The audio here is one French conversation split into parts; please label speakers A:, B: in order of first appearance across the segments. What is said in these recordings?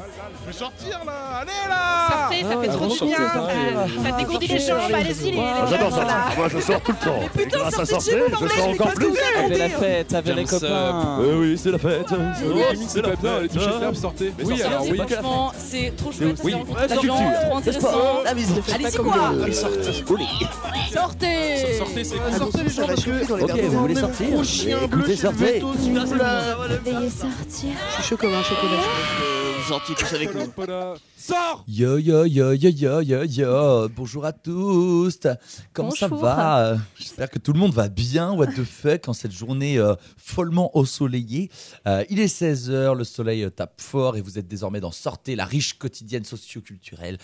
A: Je vais sortir là Allez là
B: Sortez, ça fait
C: Ah,
B: trop
C: bon,
B: du
C: sortez,
B: bien.
C: sortez.
B: Ça, ça dégourdit les jambes, allez-y les
C: Ah,
B: les
D: J'adore
B: gens,
D: ça.
B: voilà.
D: Moi, je sors tout le temps.
E: Mais putain,
D: Et grâce à
E: sortez de
D: sortir,
E: chez vous,
D: je
E: l'anglais,
D: sors
E: je
D: encore
E: l'ai pas
D: plus.
E: tout fait.
C: Avec la fête avec les
F: James,
C: copains.
D: Oui, oui, c'est la fête.
F: Le
D: Oui,
F: gaming, c'est pas bien, les t-shirts d'herbe, sortez.
D: Mais
F: Oui,
D: sortez,
F: alors
D: c'est
F: oui.
D: pas
E: Franchement, c'est trop chouette,
D: Oui,
E: c'est rencontré
F: la
E: des gens,
F: culture.
E: trop
D: Le sport,
E: intéressant.
D: la musique.
E: Allez-y quoi
D: Oui, sortez. Oui.
E: Sortez
F: Sortez, c'est
A: Ah, Sortez les gens parce que...
C: Oh, Ok, vous voulez sortir
A: Gros chien bleu
D: Écoutez,
A: chez le
D: sortez.
A: veto, s'il vous plaît
G: Veuillez sortir.
H: Je suis chaud comme un chocolat. Vous sortez tous avec nous.
F: Polopola. Sors
C: Yo yo yo yo yo yo yo. Bonjour à tous. Comment
B: Bonjour.
C: ça va Euh, J'espère que tout le monde va bien. What the fuck en cette journée euh, follement ensoleillée. Euh, il est 16h, le soleil euh, tape fort et vous êtes désormais dans Sortez la riche quotidienne socio-culturelle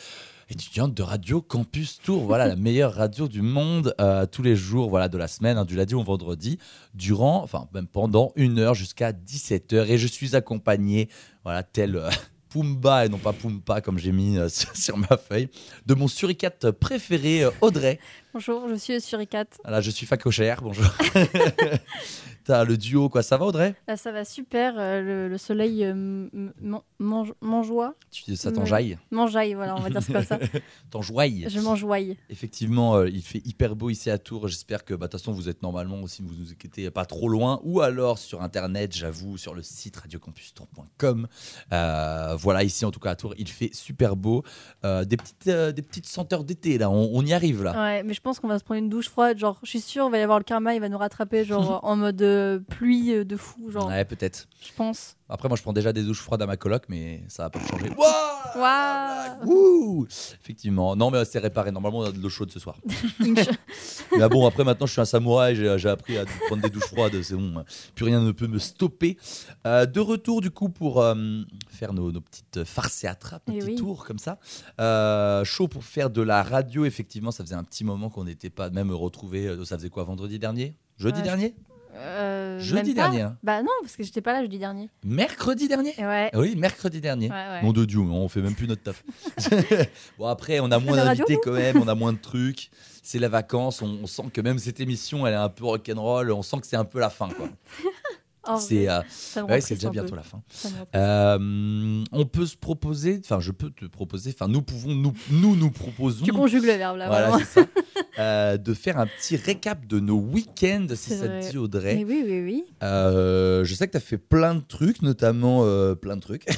C: étudiante de Radio Campus Tour. Voilà la meilleure radio du monde euh, tous les jours voilà de la semaine, hein, du lundi au vendredi, durant, enfin même pendant une heure jusqu'à 17h. Et je suis accompagné, voilà, tel euh, Pumba et non pas Pumpa comme j'ai mis euh, sur, sur ma feuille, de mon suricate préféré, euh, Audrey.
B: Bonjour, je suis Suricate.
C: Voilà, je suis facochère, bonjour. T'as le duo, quoi. Ça va, Audrey
B: Bah, ça va super, euh, le, le soleil euh, m- m- man- mange- mangeoie,
C: tu, Ça
B: Ouais.
C: t'enjaille
B: mangeaille, voilà, on va dire c'est comme ça.
C: T'enjoaille
B: Je mangeoie.
C: Effectivement, euh, il fait hyper beau ici à Tours. J'espère que, bah, de toute façon, vous êtes normalement aussi, vous nous écoutez pas trop loin, ou alors sur Internet, j'avoue, sur le site radiocampustour.com. Euh, voilà, ici en tout cas à Tours, il fait super beau. Euh, des, petites, euh, des petites senteurs d'été, là, on, on y arrive là.
B: Ouais, mais je pense qu'on va se prendre une douche froide, genre, je suis sûre, il va y avoir le karma, il va nous rattraper, genre, en mode euh, pluie euh, de fou, genre,
C: Ouais, peut-être.
B: je pense.
C: Après, moi, je prends déjà des douches froides à ma coloc, mais ça va pas me changer.
B: Ah, Waouh
C: Ouh Effectivement. Non, mais euh, c'est réparé. Normalement, on a de l'eau chaude ce soir. mais ah bon, après, maintenant, je suis un samouraï. J'ai j'ai appris à prendre des douches froides. C'est bon. hein. Plus rien ne peut me stopper. Euh, de retour, du coup, pour euh, faire nos, nos petites farces et attrapes, nos
B: Eh
C: petits
B: oui.
C: tours comme ça. Euh, chaud pour faire de la radio. Effectivement, ça faisait un petit moment qu'on n'était pas même retrouvés. Euh, Ça faisait quoi, vendredi dernier Jeudi
B: Ouais,
C: dernier
B: Euh,
C: Jeudi
B: même pas.
C: dernier, hein.
B: Bah non, parce que j'étais pas là jeudi dernier.
C: Mercredi dernier
B: Et ouais.
C: Ah Oui, mercredi dernier.
B: Ouais, ouais.
C: Nom de Dieu, on fait même plus notre taf. bon, après, on a moins
B: la radio,
C: d'invités quand même, on a moins de trucs. C'est la vacance, on, on sent que même cette émission, elle est un peu rock'n'roll, on sent que c'est un peu la fin. quoi.
B: Oh,
C: c'est euh,
B: ça me rend
C: ouais, c'est
B: triste
C: déjà
B: un peu.
C: bientôt la fin.
B: Ça me rend triste.
C: Euh, on peut se proposer, enfin, je peux te proposer, enfin, nous pouvons, nous nous, nous proposons.
B: Tu conjugues le verbe là,
C: voilà,
B: vraiment.
C: c'est ça. Euh, de faire un petit récap de nos week-ends, si
B: C'est
C: ça te
B: vrai.
C: dit, Audrey.
B: Mais oui, oui, oui.
C: Euh, je sais que tu as fait plein de trucs, notamment euh, plein de trucs. tu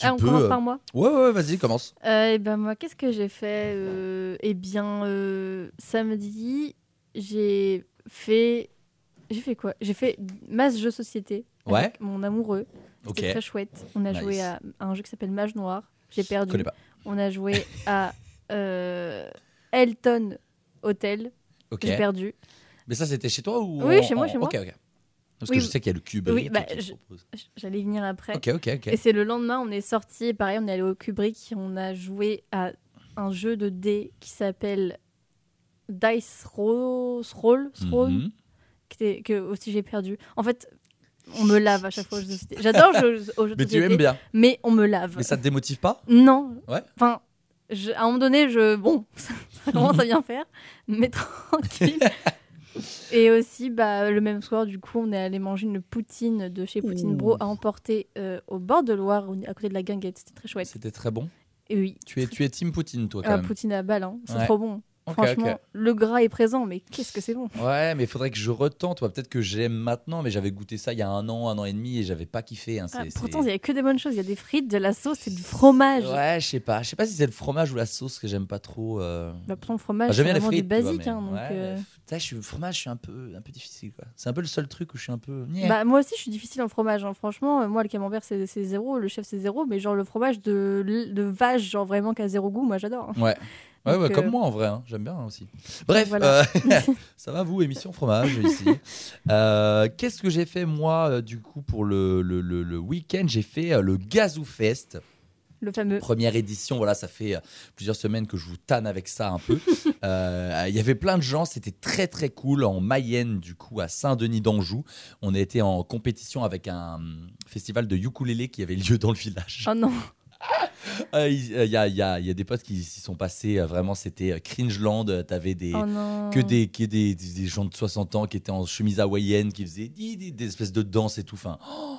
B: Ah, on
C: peux.
B: commence
C: euh,
B: par moi.
C: Ouais, ouais, vas-y, commence.
B: Euh, eh ben moi, qu'est-ce que j'ai fait Euh, Eh bien, euh, samedi, j'ai fait... J'ai fait quoi J'ai fait masse jeu société avec mon amoureux.
C: Ok.
B: C'était Ah, très chouette. On a
C: Nice.
B: joué à un jeu qui s'appelle Mage Noir. J'ai
C: Je
B: perdu.
C: connais pas.
B: On a joué à euh, Elton Hotel.
C: Ok.
B: J'ai perdu.
C: Mais ça, c'était chez toi ou
B: Oui,
C: en-
B: chez moi,
C: en-
B: chez moi.
C: Ok, ok. Parce
B: Oui,
C: que je
B: oui.
C: sais qu'il y a le cube.
B: Oui,
C: et tout
B: bah,
C: qui se
B: je- bah,
C: propose.
B: J'allais y venir après.
C: Ok, ok, ok.
B: Et c'est le lendemain, on est sorti, et pareil, on est allé au Kubrick, on a joué à un jeu de dés qui s'appelle Dice Roll, Roll, Roll
C: Mhm.
B: qui est- que aussi j'ai perdu. En fait, on me lave à chaque fois. aux jeux de société. J'adore jouer aux- aux jeux de
C: Mais tu
B: société,
C: aimes bien.
B: mais on me lave.
C: Mais ça te démotive pas
B: Non.
C: Ouais.
B: Enfin, je- à un moment donné, je bon, ça commence à bien faire, mais tranquille. Et aussi, bah, le même soir, du coup, on est allé manger une poutine de chez Poutine Bro à emporter euh, au bord de Loire, au- à côté de la guinguette. C'était très chouette.
C: C'était très bon.
B: Et oui,
C: Tu es, tu es Team Poutine, toi, quand
B: la
C: même.
B: poutine à balle, hein, c'est
C: Ouais.
B: trop bon.
C: Ok,
B: Franchement, le gras est présent, mais qu'est-ce que c'est bon.
C: ok. Ouais, mais il faudrait que je retente. Ouais, Peut-être que j'aime maintenant, mais j'avais goûté ça il y a un an, un an et demi, et j'avais pas kiffé. hein,
B: Ah,
C: c'est-
B: pourtant, il
C: c'est-
B: n'y a que des bonnes choses. Il y a des frites, de la sauce et du fromage.
C: Ouais, je sais pas. Je sais pas si c'est le fromage ou la sauce que j'aime pas trop. euh.
B: Bah, pourtant, le
C: Enfin,
B: fromage, c'est
C: j'aime bien les
B: vraiment
C: frites.
B: du
C: tu vois,
B: basique.
C: mais-
B: hein, donc,
C: ouais,
B: euh,
C: mais- Putain, je suis le fromage, je suis un peu, un peu difficile. quoi. C'est un peu le seul truc où je suis un peu.
B: Bah, moi aussi, je suis difficile en fromage. hein. Franchement, euh, moi, le camembert, c'est c'est zéro. Le chef, c'est zéro. Mais genre, le fromage de, l- de vache, genre vraiment qui a zéro goût, moi, j'adore. hein.
C: Ouais. Ouais,
B: Donc,
C: ouais, comme
B: euh,
C: moi en vrai, hein. j'aime bien hein, aussi. Bref,
B: Voilà.
C: euh, ça va vous, émission fromage ici. Euh, Qu'est-ce que j'ai fait moi euh, du coup pour le, le- le- le week-end J'ai fait euh, le Gazou Fest,
B: Le fameux.
C: première édition. Voilà, ça fait euh, plusieurs semaines que je vous tanne avec ça un peu. Euh, Il y avait plein de gens, c'était très très cool en Mayenne du coup à Saint-Denis d'Anjou. On a été en compétition avec un hum, festival de ukulélé qui avait lieu dans le village.
B: Oh non,
C: Ah, Il euh, y, a, il y a- il y a des potes qui s'y sont passés, euh, vraiment, c'était euh, Cringeland. euh, T'avais des.
B: oh non.
C: Que des, que des, des- des gens de 60 ans qui étaient en chemise hawaïenne, qui faisaient di- di- des, espèces de danses et tout. Enfin, oh,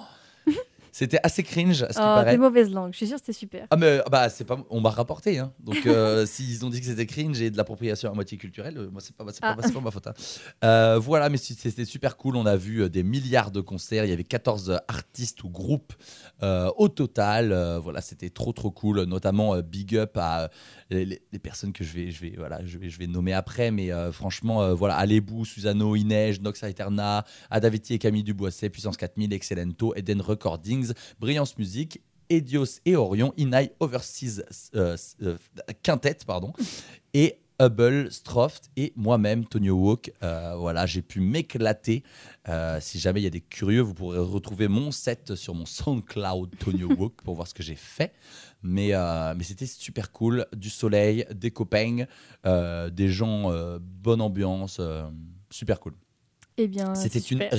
C: C'était assez cringe, à ce qui
B: Oh,
C: paraît.
B: des mauvaises langues. Je suis sûre que c'était super.
C: Ah mais ah bah c'est pas on m'a rapporté hein. donc euh, s'ils ont dit que c'était cringe et de l'appropriation à moitié culturelle euh, moi c'est pas c'est pas,
B: Ah.
C: c'est pas ma faute hein. Euh, voilà mais si- c'était super cool on a vu euh, des milliards de concerts il y avait 14 artistes ou groupes euh, au total Euh, voilà c'était trop trop cool notamment euh, big up à euh, les, les- les personnes que je vais je vais voilà je vais je vais nommer après mais euh, franchement euh, voilà Alebou Susano Inej Nox Aeterna Adaviti et Camille Duboisset Puissance 4000 Excellento Eden Recordings Brillance Musique Edios et Orion, Inai Overseas euh, euh, Quintet, pardon, et Hubble, Stroft et moi-même, Tonio Walk. Euh, voilà, j'ai pu m'éclater. Euh, si jamais il y a des curieux, vous pourrez retrouver mon set sur mon SoundCloud Tonio Walk pour voir ce que j'ai fait. Mais, euh, mais c'était super cool. Du soleil, des copains, euh, des gens, euh, bonne ambiance, euh, super cool.
B: Eh bien,
C: C'était
B: c'est
C: une
B: super.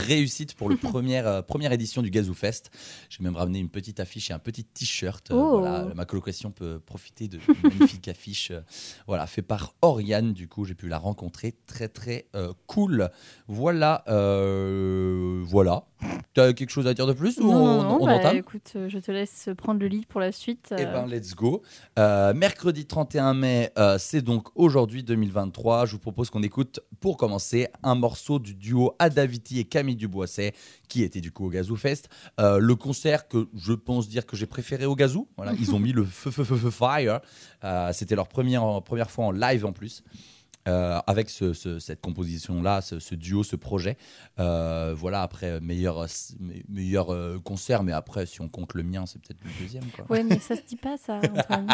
C: réussite pour le première, euh, première édition du Gazou Fest. J'ai même ramené une petite affiche et un petit t-shirt. Euh,
B: Oh.
C: voilà, ma colocation peut profiter de d'une magnifique affiche. euh, voilà, fait par Oriane. Du coup, j'ai pu la rencontrer. Très très euh, cool. Voilà, euh, voilà. T'as quelque chose à dire de plus ou
B: Non, non,
C: on,
B: non,
C: on
B: bah,
C: entame
B: écoute, euh, je te laisse prendre le lead pour la suite.
C: eh
B: euh,
C: ben, let's go. Euh, mercredi 31 mai, euh, c'est donc aujourd'hui 2023. Je vous propose qu'on écoute, pour commencer, un morceau du duo Adaviti et Camille Duboisset, qui était du coup au Gazou Fest. Euh, le concert que je pense dire que j'ai préféré au Gazou. Voilà, ils ont mis le feu, feu, feu, feu, fire. Euh, C'était leur première, première fois en live en plus. euh, avec ce- ce- cette composition-là, ce, ce duo, ce projet. Euh, voilà, après, euh, meilleur, euh, s- me- meilleur euh, concert, mais après, si on compte le mien, c'est peut-être le deuxième. Quoi.
B: Ouais, mais ça se dit pas, ça, Antoine.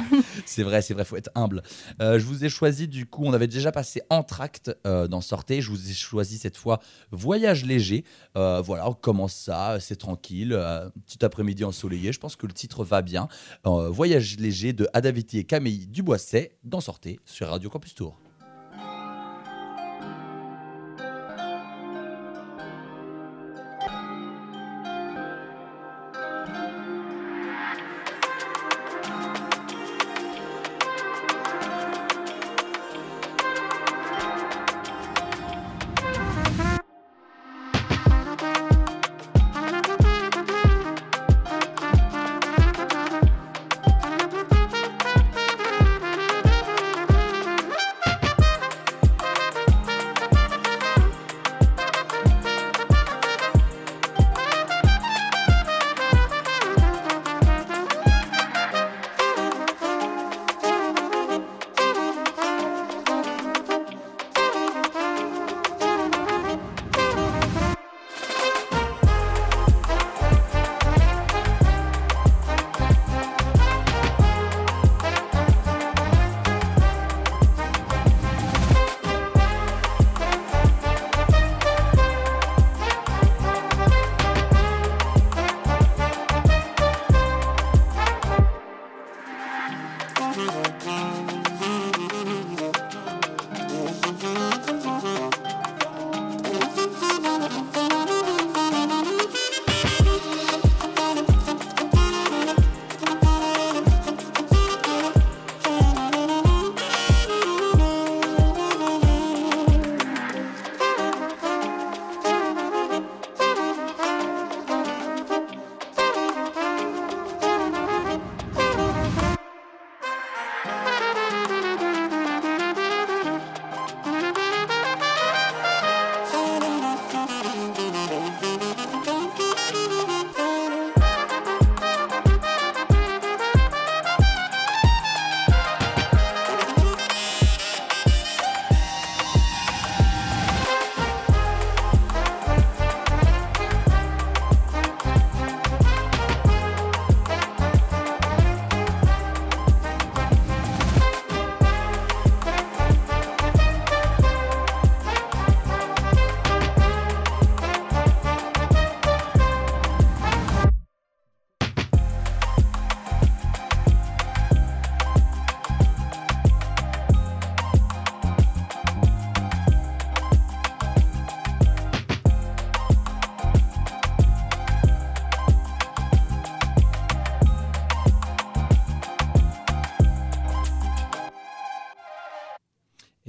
C: C'est vrai, c'est vrai, faut être humble. Euh, je vous ai choisi, du coup, on avait déjà passé Entracte euh, dans Sortez. Je vous ai choisi cette fois Voyage léger. Euh, voilà, on commence ça, c'est tranquille. euh, petit après-midi ensoleillé, je pense que le titre va bien. Euh, Voyage léger de Adaviti et Camille Duboisset dans Sortez sur Radio Campus Tour.
G: Thank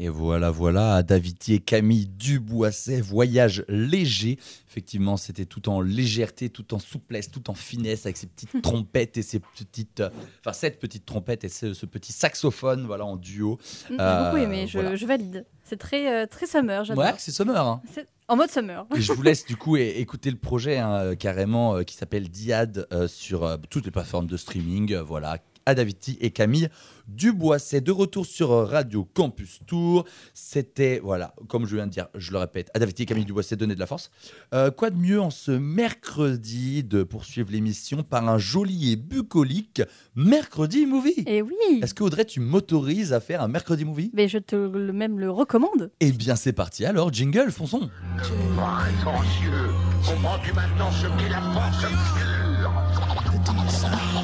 C: Et voilà, voilà, à Daviti et Camille Duboisset, voyage léger. Effectivement, c'était tout en légèreté, tout en souplesse, tout en finesse, avec ses petites trompettes et ses petites. euh, Enfin, cette petite trompette et ce, ce petit saxophone, voilà, en duo.
B: J'ai
C: Euh,
B: beaucoup aimé, je,
C: voilà.
B: je valide. C'est très, euh, très summer, j'adore.
C: Ouais, c'est Summer. hein.
B: C'est- En mode summer.
C: Et je vous laisse du coup é- écouter le projet hein, euh, carrément euh, qui s'appelle Diad euh, sur euh, toutes les plateformes de streaming. euh, voilà, Adaviti et Camille Dubois. C'est de retour sur euh, Radio Campus Tour. C'était, voilà, comme je viens de dire, je le répète, Adaviti et Camille Dubois, c'est donner de la force. Euh, quoi de mieux en ce mercredi de poursuivre l'émission par un joli et bucolique mercredi movie
B: Et Eh oui,
C: Est-ce que Audrey, tu m'autorises à faire un mercredi movie
B: mais je te le même le recommande.
C: Eh bien, c'est parti. Alors, jingle, fonçons.
G: Prétentieux, comprends-tu maintenant ce qu'est la force pure Je sens que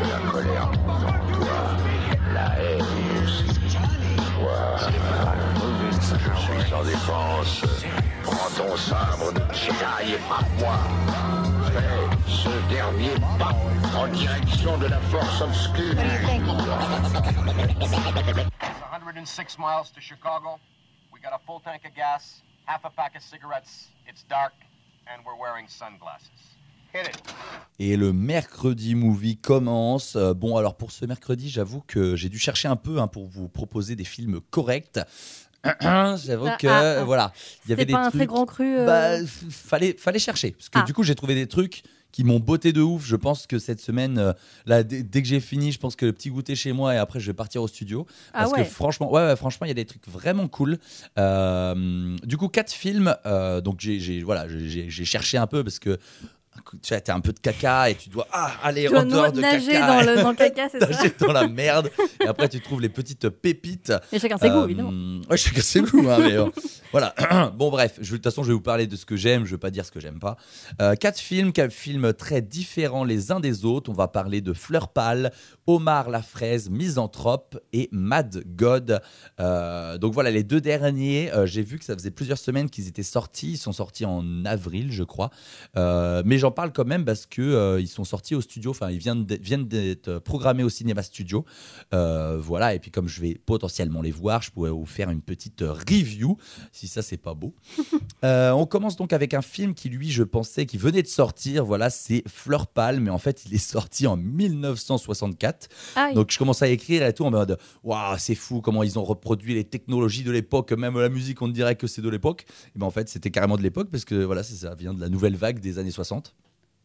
G: la colère est en toi, la haine est aussi. Toi, je suis sans défense. Prends ton sabre de Jedi et frappe-moi. Fais ce dernier pas en direction de la force obscure.
I: 106 miles to Chicago. We got a full tank of gas, half a pack of cigarettes. It's dark, and we're wearing sunglasses. Hit it.
C: Et le mercredi movie commence. Euh, bon, alors pour ce mercredi, j'avoue que j'ai dû chercher un peu hein, pour vous proposer des films corrects. j'avoue
B: Ah,
C: que
B: ah, ah.
C: voilà, il y
B: C'était
C: avait des
B: pas un
C: trucs.
B: très grand cru. euh,
C: Bah, f- fallait, fallait chercher. Parce que
B: Ah.
C: du coup, j'ai trouvé des trucs qui m'ont botté de ouf. Je pense que cette semaine, euh, là, dès, dès que j'ai fini, je pense que le petit goûter chez moi et après, je vais partir au studio.
B: ah
C: Parce
B: ouais.
C: que franchement, ouais, ouais, franchement, il y a des trucs vraiment cool. Euh, du coup, quatre films. euh, donc, j'ai, j'ai- voilà, j'ai- j'ai j'ai cherché un peu parce que tu as un peu de caca et tu dois ah, aller
B: Tu
C: en
B: dois
C: dehors de
B: nager
C: caca.
B: dans le, dans le caca, c'est ça
C: Nager dans la merde. Et après, tu trouves les petites pépites.
B: Mais chacun ses goûts,
C: Euh,
B: évidemment.
C: Ouais, chacun ses goûts, hein, mais euh, voilà. bon, bref, je, de toute façon, je vais vous parler de ce que j'aime, je vais pas dire ce que j'aime pas. Euh, quatre films, quatre films très différents les uns des autres. On va parler de Fleur Pâle, Omar la Fraise, Misanthrope et Mad God. Euh, donc voilà, les deux derniers, euh, j'ai vu que ça faisait plusieurs semaines qu'ils étaient sortis. Ils sont sortis en avril, je crois. Euh, mais j'en parle quand même parce que euh, ils sont sortis au studio, enfin, ils viennent d'être- viennent d'être programmés au cinéma studio. Euh, voilà, et puis comme je vais potentiellement les voir, je pourrais vous faire une petite euh, review, si ça c'est pas beau. Euh, on commence donc avec un film qui, lui, je pensais qui venait de sortir, voilà, c'est Fleur Pâle, mais en fait il est sorti en 1964.
B: Ah,
C: Donc je commençais à écrire et tout en mode, waouh, c'est fou comment ils ont reproduit les technologies de l'époque, même la musique, on dirait que c'est de l'époque. Et ben en fait c'était carrément de l'époque parce que voilà, c'est ça vient de la nouvelle vague des années 60.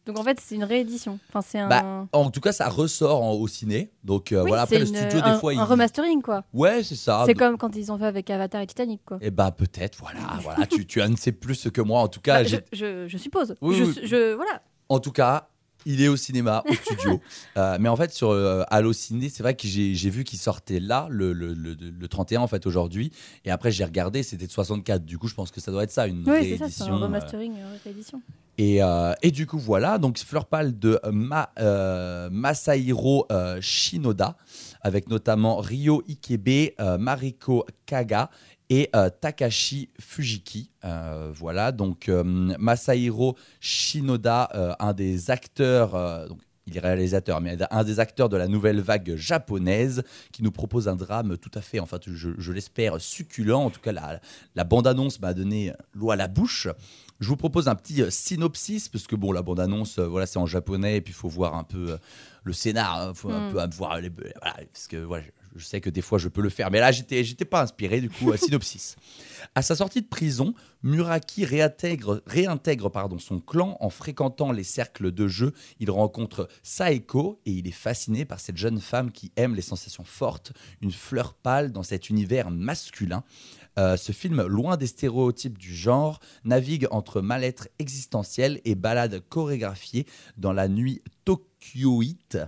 B: donc en fait, c'est une réédition. Enfin, c'est un.
C: Bah, En tout cas, ça ressort en- au ciné. Donc euh,
B: Oui,
C: voilà,
B: c'est
C: après le
B: une-
C: studio,
B: un,
C: des fois,
B: un
C: il. Ah,
B: remastering, quoi.
C: Ouais, c'est ça.
B: c'est comme quand ils ont fait avec Avatar et Titanic, quoi.
C: Eh ben peut-être, voilà, voilà. tu, tu en sais plus que moi. En tout cas,
B: Bah, je,
C: j'ai-
B: je- je suppose.
C: Oui,
B: je,
C: oui.
B: je- voilà.
C: en tout cas, il est au cinéma, au studio. Euh, mais en fait, sur euh, Allociné, c'est vrai que j'ai j'ai vu qu'il sortait là, le, le, le- le 31 en fait aujourd'hui. Et après, j'ai regardé, c'était de 64. Du coup, je pense que ça doit être ça, une
B: Oui, c'est ça, c'est un
C: réédition. euh,
B: remastering, euh, réédition.
C: Et, euh, et du coup, voilà, donc Fleur Pâle de Ma- euh, Masahiro euh, Shinoda, avec notamment Ryo Ikebe, euh, Mariko Kaga et euh, Takashi Fujiki. Euh, voilà, donc euh, Masahiro Shinoda, euh, un des acteurs, euh, donc il est réalisateur, mais un des acteurs de la nouvelle vague japonaise, qui nous propose un drame tout à fait, enfin, je, je l'espère, succulent. En tout cas, la, la bande-annonce m'a donné l'eau à la bouche. Je vous propose un petit euh, synopsis, parce que bon, la bande-annonce, euh, voilà, c'est en japonais, et puis il faut voir un peu euh, le scénar, il faut un
B: Mm.
C: peu euh, voir les. voilà, parce que voilà, je, je sais que des fois je peux le faire, mais là, j'étais j'étais pas inspiré, du coup, euh, synopsis. À sa sortie de prison, Muraki réintègre, réintègre pardon, son clan en fréquentant les cercles de jeu. Il rencontre Saeko et il est fasciné par cette jeune femme qui aime les sensations fortes, une fleur pâle dans cet univers masculin. Euh, ce film, loin des stéréotypes du genre, navigue entre mal-être existentiel et balade chorégraphiée dans la nuit tokyoïte,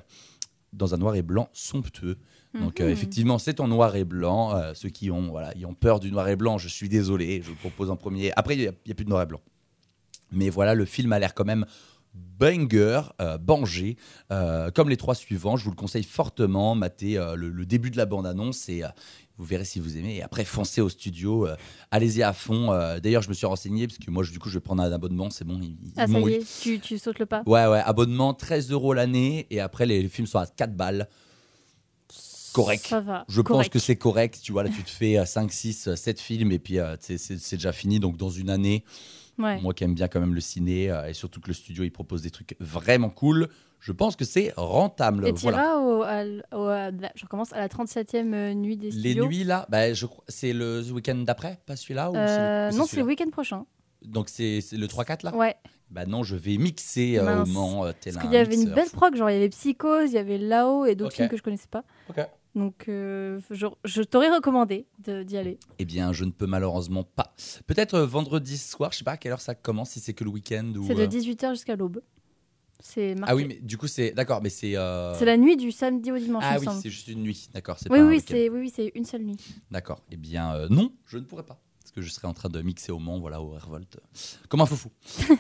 C: dans un noir et blanc somptueux. Donc euh,
B: Mhm.
C: effectivement, c'est en noir et blanc. Euh, ceux qui ont, voilà, ils ont peur du noir et blanc, je suis désolé, je vous propose en premier. Après, il n'y a, il y a plus de noir et blanc. Mais voilà, le film a l'air quand même banger, euh, bangé, euh, comme les trois suivants. Je vous le conseille fortement. Matez euh, le, le début de la bande-annonce et euh, vous verrez si vous aimez. Et après, foncez au studio. euh, Allez-y à fond. Euh, D'ailleurs, je me suis renseigné parce que moi, je- du coup, je vais prendre un abonnement. C'est bon, ils, ils
B: Ah, ça
C: m'ont
B: y
C: eu.
B: est, tu, tu sautes le pas.
C: Ouais, ouais, abonnement 13 euros l'année et après les films sont à 4 balles. correct.
B: Ça va.
C: Je pense
B: Correct.
C: que c'est correct. Tu vois, là, tu te fais euh, 5, 6, 7 films et puis euh, tu sais, c'est c'est déjà fini. Donc, dans une année,
B: Ouais.
C: moi qui aime bien quand même le ciné euh, et surtout que le studio, il propose des trucs vraiment cool, je pense que c'est rentable.
B: Et
C: voilà.
B: t'iras au, à l- au- à la- je recommence à la 37e euh, nuit des
C: Les
B: studios.
C: nuits, oh, là, bah, je crois- c'est le week-end d'après, pas celui-là ou
B: Euh, non,
C: ou
B: c'est le
C: celui-là
B: week-end prochain.
C: Donc, c'est c'est le 3-4 là
B: Ouais,
C: Bah non, je vais mixer euh,
B: Mince.
C: au Mans. euh, tel
B: parce qu'il
C: un
B: y avait une
C: mixeur.
B: belle prog, genre il y avait Psychose, il y avait Lao et d'autres
C: Ok.
B: films que je connaissais pas.
C: Ok.
B: Donc euh, je, je t'aurais recommandé de- d'y aller.
C: Eh bien, je ne peux malheureusement pas. Peut-être euh, vendredi soir, je sais pas à quelle heure ça commence, si c'est que le week-end ou.
B: C'est de
C: euh,
B: 18h jusqu'à l'aube. C'est marqué.
C: Ah oui, mais du coup, c'est. D'accord, mais c'est. euh,
B: C'est la nuit du samedi au dimanche, il
C: Ah
B: me
C: oui,
B: semble.
C: c'est juste une nuit, d'accord. c'est
B: Oui,
C: pas un
B: oui,
C: week-end.
B: c'est oui, oui, c'est une seule nuit.
C: D'accord. Eh bien, euh, non, je ne pourrais pas. Parce que je serais en train de mixer au Mans, voilà, au Airvolt, euh, comme un foufou.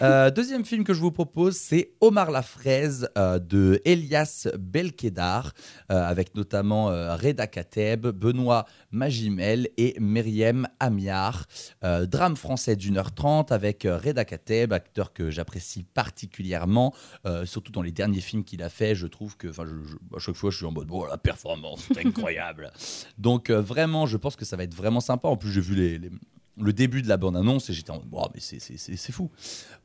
C: Euh, deuxième film que je vous propose, c'est Omar la fraise euh, de Elias Belkedar, euh, avec notamment euh, Reda Kateb, Benoît Magimel et Meriem Amiar. Euh, drame français d'une heure trente avec euh, Reda Kateb, acteur que j'apprécie particulièrement, euh, surtout dans les derniers films qu'il a fait. Je trouve que, enfin, je- je- à chaque fois, je suis en mode, oh, la performance, c'est incroyable. Donc euh, vraiment, je pense que ça va être vraiment sympa. En plus, j'ai vu les- les- le début de la bande-annonce et j'étais en mode, Wow, mais c'est- c'est c'est- c'est fou.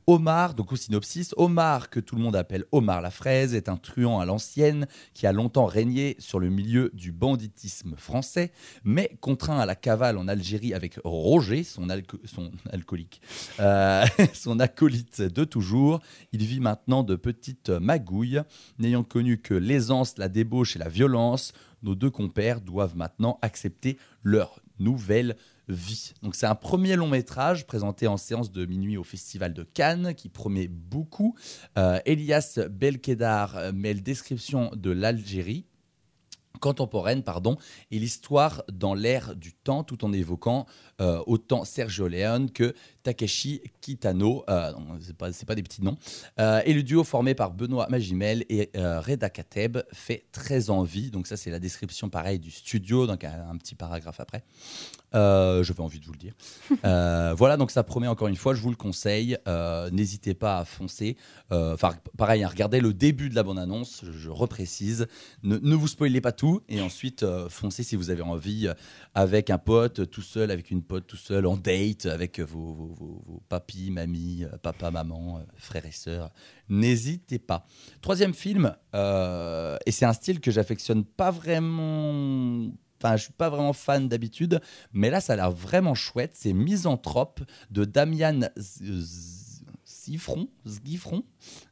C: Omar, donc au synopsis, Omar, que tout le monde appelle Omar la fraise, est un truand à l'ancienne qui a longtemps régné sur le milieu du banditisme français, mais contraint à la cavale en Algérie avec Roger, son, alco- son alcoolique, euh, son acolyte de toujours. Il vit maintenant de petites magouilles, n'ayant connu que l'aisance, la débauche et la violence nos deux compères doivent maintenant accepter leur nouvelle vie. Donc c'est un premier long métrage présenté en séance de minuit au Festival de Cannes qui promet beaucoup. Euh, Elias Belkedar euh, mêle description de l'Algérie contemporaine pardon, et l'histoire dans l'ère du temps tout en évoquant euh, autant Sergio Leone que Takeshi Kitano, euh, non, c'est pas, c'est pas des petits noms, Euh, et le duo formé par Benoît Magimel et euh, Reda Kateb fait très envie, donc ça c'est la description pareil du studio, donc un, un petit paragraphe après, Euh, j'avais envie de vous le dire. Euh, voilà, donc ça promet encore une fois, je vous le conseille, Euh, n'hésitez pas à foncer, Euh, enfin pareil, hein, regardez le début de la bande-annonce, je, je reprécise, ne, ne vous spoilez pas tout, et ensuite euh, foncez si vous avez envie, euh, avec un pote, euh, tout seul, avec une pote, tout seul, en date, avec euh, vos, vos, vos- vos papis, mamies, euh, papa, maman, euh, frères et sœurs, n'hésitez pas. Troisième film, euh, et c'est un style que j'affectionne pas vraiment. Enfin, je suis pas vraiment fan d'habitude, mais là, ça a l'air vraiment chouette. C'est Misanthrope de Damian Z- Z- Zifron. Zgifron.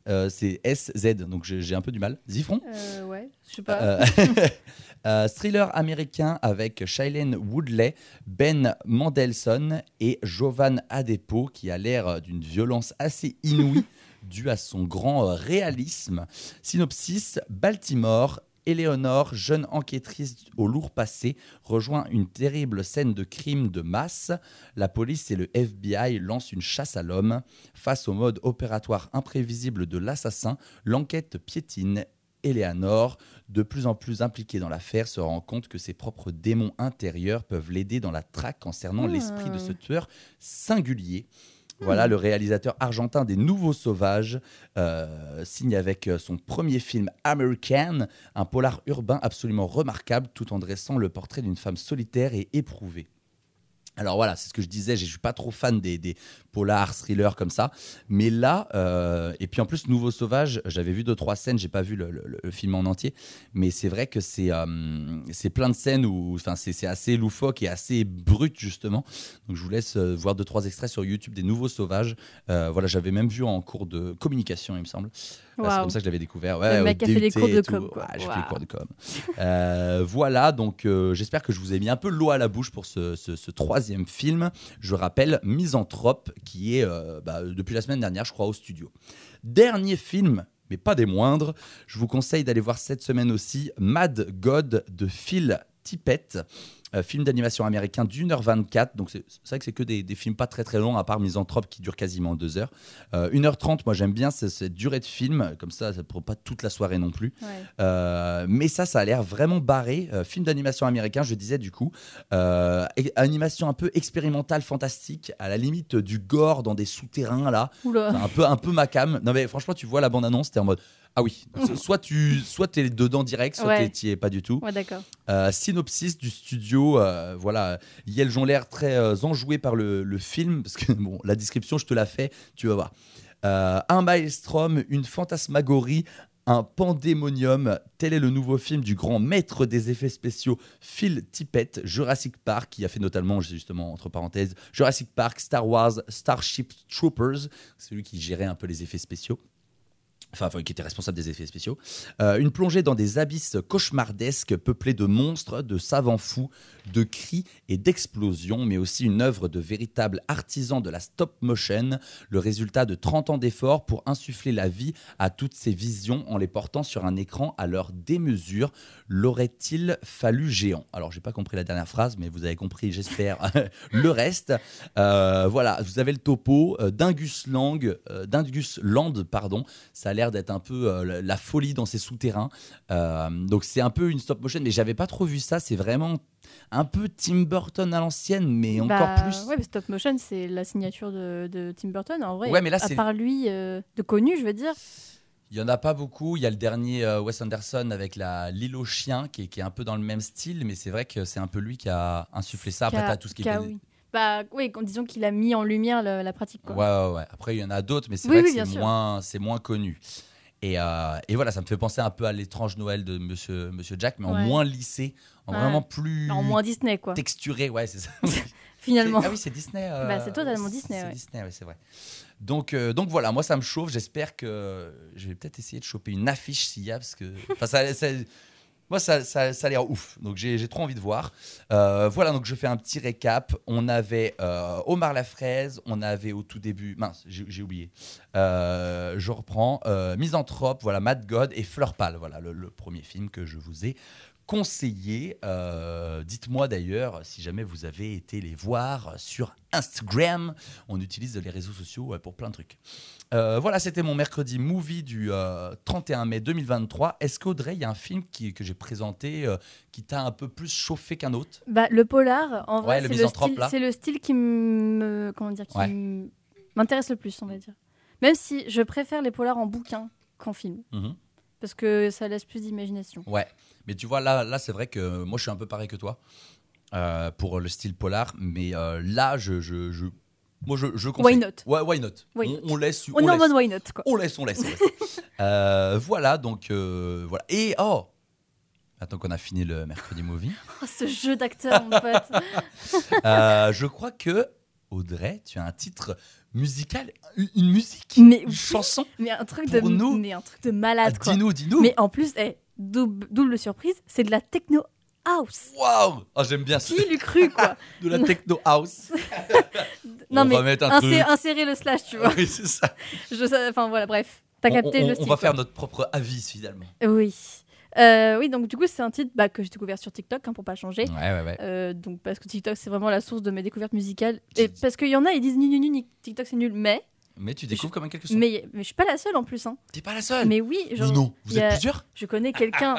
C: Euh, c'est SZ, donc j'ai j'ai un peu du mal. Zifron
B: Euh, ouais, je sais pas.
C: euh, euh, thriller américain avec Shailene Woodley, Ben Mandelson et Jovan Adepo qui a l'air euh, d'une violence assez inouïe due à son grand euh, réalisme. Synopsis Baltimore. Eleanor, jeune enquêtrice au lourd passé, rejoint une terrible scène de crime de masse. La police et le FBI lancent une chasse à l'homme. Face au mode opératoire imprévisible de l'assassin, l'enquête piétine. Eleanor de plus en plus impliqué dans l'affaire, se rend compte que ses propres démons intérieurs peuvent l'aider dans la traque concernant
B: Ah.
C: l'esprit de ce tueur singulier. Voilà le réalisateur argentin des Nouveaux Sauvages, euh, signe avec euh, son premier film American, un polar urbain absolument remarquable tout en dressant le portrait d'une femme solitaire et éprouvée. Alors voilà, c'est ce que je disais, je ne suis pas trop fan des, des polars, thrillers comme ça. Mais là, euh, et puis en plus, Nouveau Sauvage, j'avais vu deux, trois scènes, j'ai pas vu le, le- le film en entier, mais c'est vrai que c'est euh, c'est plein de scènes où enfin, c'est c'est assez loufoque et assez brut, justement. Donc je vous laisse euh, voir deux, trois extraits sur YouTube des Nouveaux Sauvages. Euh, voilà, j'avais même vu en cours de communication, il me semble. Euh, C'est
B: Waouh.
C: comme ça que je l'avais découvert. Ouais,
B: Le
C: au
B: mec a fait des
C: DUT
B: cours de
C: et tout.
B: com, quoi.
C: Ouais, j'ai fait des
B: Waouh.
C: cours de com. Euh, voilà, donc euh, j'espère que je vous ai mis un peu l'eau à la bouche pour ce, ce- ce troisième film. Je rappelle Misanthrope, qui est euh, bah, depuis la semaine dernière, je crois, au studio. Dernier film, mais pas des moindres, je vous conseille d'aller voir cette semaine aussi Mad God de Phil Tippett. euh, film d'animation américain d'1h24, donc c'est c'est vrai que c'est que des, des films pas très très longs, à part Misanthrope qui dure quasiment 2 heures. Euh, 1h30, moi j'aime bien ce- cette durée de film, comme ça ça ne prend pas toute la soirée non plus.
B: Ouais.
C: Euh, mais ça, ça a l'air vraiment barré. Euh, film d'animation américain, je disais du coup. Euh, et- animation un peu expérimentale, fantastique, à la limite du gore dans des souterrains là.
B: Oula.
C: Enfin, un peu, un peu macam. Non mais franchement, tu vois la bande annonce, t'es en mode. Ah oui. So- soit tu soit t'es dedans direct, soit
B: Ouais.
C: t'es- t'y es pas du tout.
B: Ouais, d'accord.
C: Euh, synopsis du studio. euh, voilà, ils ont l'air très euh, enjoués par le, le film, parce que bon, la description, je te la fais, tu vas voir. Euh, un maelstrom, une fantasmagorie, un pandémonium, tel est le nouveau film du grand maître des effets spéciaux Phil Tippett, Jurassic Park, qui a fait notamment, justement, entre parenthèses, Jurassic Park, Star Wars, Starship Troopers, celui qui gérait un peu les effets spéciaux. Enfin, enfin, qui était responsable des effets spéciaux. Euh, une plongée dans des abysses cauchemardesques peuplés de monstres, de savants fous, de cris et d'explosions, mais aussi une œuvre de véritable artisan de la stop motion, le résultat de 30 ans d'efforts pour insuffler la vie à toutes ces visions en les portant sur un écran à leur démesure. L'aurait-il fallu géant Alors, j'ai pas compris la dernière phrase, mais vous avez compris, j'espère, le reste. Euh, voilà, vous avez le topo euh, d'Ingus Lang, euh, d'Ingus Land, pardon. Ça a l'air d'être un peu euh, la- la folie dans ses souterrains. Euh, donc c'est un peu une stop motion, mais j'avais pas trop vu ça. C'est vraiment un peu Tim Burton à l'ancienne, mais
B: Bah,
C: encore plus.
B: Ouais, mais stop motion, c'est la signature de, de Tim Burton, en vrai.
C: Ouais, mais là,
B: à
C: c'est-
B: part lui, euh, de connu, je veux dire.
C: Il y en a pas beaucoup. Il y a le dernier euh, Wes Anderson avec la Lilo chien qui est, qui est un peu dans le même style, mais c'est vrai que c'est un peu lui qui a insufflé ça. Après
B: Qu'a-
C: t'as tout ce qui est
B: qu'a- oui. Bah, oui, qu'on- disons qu'il a mis en lumière le- la pratique. Quoi.
C: Ouais, ouais, ouais. Après, il y en a d'autres, mais c'est
B: Oui,
C: vrai
B: oui,
C: que
B: bien
C: c'est
B: sûr.
C: moins, c'est moins connu. Et, euh, et voilà, ça me fait penser un peu à l'étrange Noël de Monsieur, Monsieur Jack, mais en
B: Ouais.
C: moins lissé, en
B: Ouais.
C: vraiment plus
B: En moins Disney, quoi.
C: texturé. Ouais, c'est ça.
B: Finalement.
C: Ah oui, c'est Disney. euh,
B: Bah, c'est totalement Disney,
C: C'est
B: ouais.
C: Disney, oui, c'est vrai. Donc, euh, donc voilà, moi ça me chauffe. J'espère que je vais peut-être essayer de choper une affiche s'il y a, parce que. Enfin, ça- ça- moi ça, ça, ça a l'air ouf. Donc j'ai j'ai trop envie de voir. Euh, voilà, donc je fais un petit récap. On avait euh, Omar la fraise, on avait au tout début. Mince, j'ai j'ai oublié. Euh, je reprends. euh, Misanthrope, voilà, Mad God et Fleur Pâle, voilà, le, le premier film que je vous ai conseillé. Euh, Dites-moi d'ailleurs si jamais vous avez été les voir sur Instagram. On utilise les réseaux sociaux euh, pour plein de trucs. Euh, voilà, c'était mon mercredi movie du euh, 31 mai 2023. Est-ce qu'Audrey, il y a un film qui- que j'ai présenté euh, qui t'a un peu plus chauffé qu'un autre
B: Bah, le polar, en vrai,
C: Ouais, le
B: c'est le,
C: misanthrope,
B: style-
C: là.
B: c'est le style qui me. Comment dire Qui
C: Ouais.
B: m- m'intéresse le plus, on va dire. Même si je préfère les polars en bouquin qu'en film.
C: Mhm.
B: Parce que ça laisse plus d'imagination.
C: Ouais, mais tu vois, là, là c'est vrai que moi, je suis un peu pareil que toi euh, pour le style polar, mais euh, là, je, je, je- moi, je, je conseille.
B: Why not Oh,
C: Ouais, why not
B: Why
C: on,
B: not
C: on laisse.
B: On est en
C: laisse.
B: mode why not, quoi.
C: On laisse, on laisse. on laisse. Euh, voilà, donc euh, voilà. Et oh, attends qu'on a fini le mercredi movie,
B: Oh, ce jeu d'acteur, mon pote.
C: Euh, je crois que Audrey, tu as un titre musical, une- une musique,
B: Mais
C: une
B: oui.
C: chanson.
B: Mais un truc, de,
C: Pour nous.
B: mais un truc de malade,
C: Ah,
B: quoi.
C: dis-nous, dis-nous.
B: Mais en plus, eh, double, double surprise, c'est de la techno house.
C: Waouh, Oh, j'aime bien ça.
B: Qui l'eût cru, quoi
C: de la techno house.
B: Non,
C: on
B: mais
C: va mettre un
B: insé-
C: truc.
B: insérer le slash, tu vois.
C: Oui, c'est ça.
B: Je sais- Enfin, voilà, bref. T'as
C: On-
B: capté
C: on,
B: le
C: on
B: style.
C: va
B: quoi.
C: faire notre propre avis finalement.
B: Oui. Euh, oui, donc du coup, c'est un titre bah, que j'ai découvert sur TikTok, hein, pour pas changer.
C: Ouais, ouais, ouais.
B: Euh, donc parce que TikTok, c'est vraiment la source de mes découvertes musicales. Et parce qu'il y en a, ils disent ni ni ni, ni, TikTok c'est nul, mais
C: Mais tu découvres quand même quelque chose.
B: mais, mais je suis pas la seule en plus. Hein.
C: T'es pas la seule.
B: Mais oui, genre,
C: Ou Ah, non, vous
B: il y
C: êtes
B: a-
C: plusieurs
B: je connais quelqu'un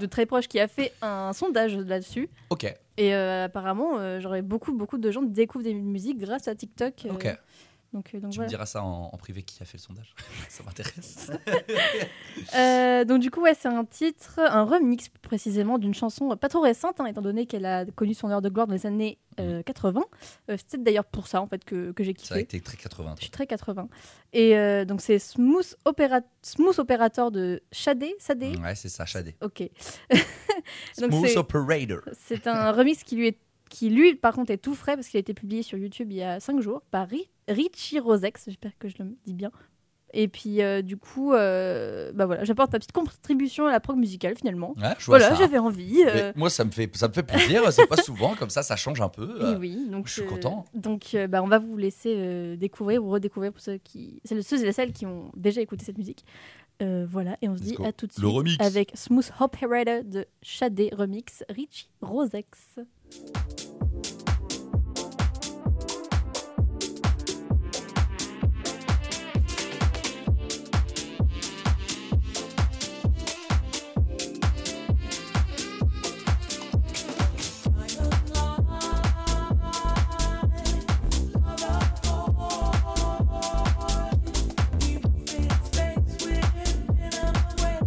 B: de très proche qui a fait un sondage là-dessus.
C: Ok,
B: Et euh, apparemment, euh, j'aurais beaucoup beaucoup de gens découvrent des musiques grâce à TikTok. euh,
C: ok.
B: Donc, euh, donc
C: tu me
B: voilà.
C: diras ça en, en privé qui a fait le sondage. ça m'intéresse.
B: Euh, donc du coup, ouais, c'est un titre, un remix plus précisément d'une chanson euh, pas trop récente, hein, étant donné qu'elle a connu son heure de gloire dans les années euh, 80. Euh, c'est peut-être d'ailleurs pour ça en fait que, que j'ai
C: ça a
B: kiffé.
C: été très 80.
B: Je suis très 80. Et euh, donc c'est Smooth, Opera... Smooth Operator de Shadé. Sadé
C: Mm, Ouais, c'est ça, Shadé.
B: Ok. Donc,
C: Smooth
B: c'est-
C: Operator.
B: C'est un remix qui lui, est... qui lui, par contre, est tout frais parce qu'il a été publié sur YouTube il y a 5 jours par Ri- Richie Rosex. J'espère que je le dis bien. Et puis, euh, du coup, euh, bah voilà, j'apporte ma petite contribution à la prog musicale finalement.
C: Ouais, je vois
B: Voilà,
C: ça.
B: j'avais envie.
C: Mais
B: euh,
C: Moi, ça me fait, ça me fait plaisir. hein, c'est pas souvent comme ça, ça change un peu.
B: Et
C: Euh,
B: oui, donc
C: je suis
B: euh,
C: content.
B: Donc, euh, bah, on va vous laisser euh, découvrir ou redécouvrir pour ceux qui, celles- ceux et celles qui ont déjà écouté cette musique. Euh, voilà, et on se
C: Let's
B: dit
C: go.
B: à tout de suite
C: Le remix.
B: avec Smooth Operator de Shadé remix Richie Rosex.
E: People fix things with minimum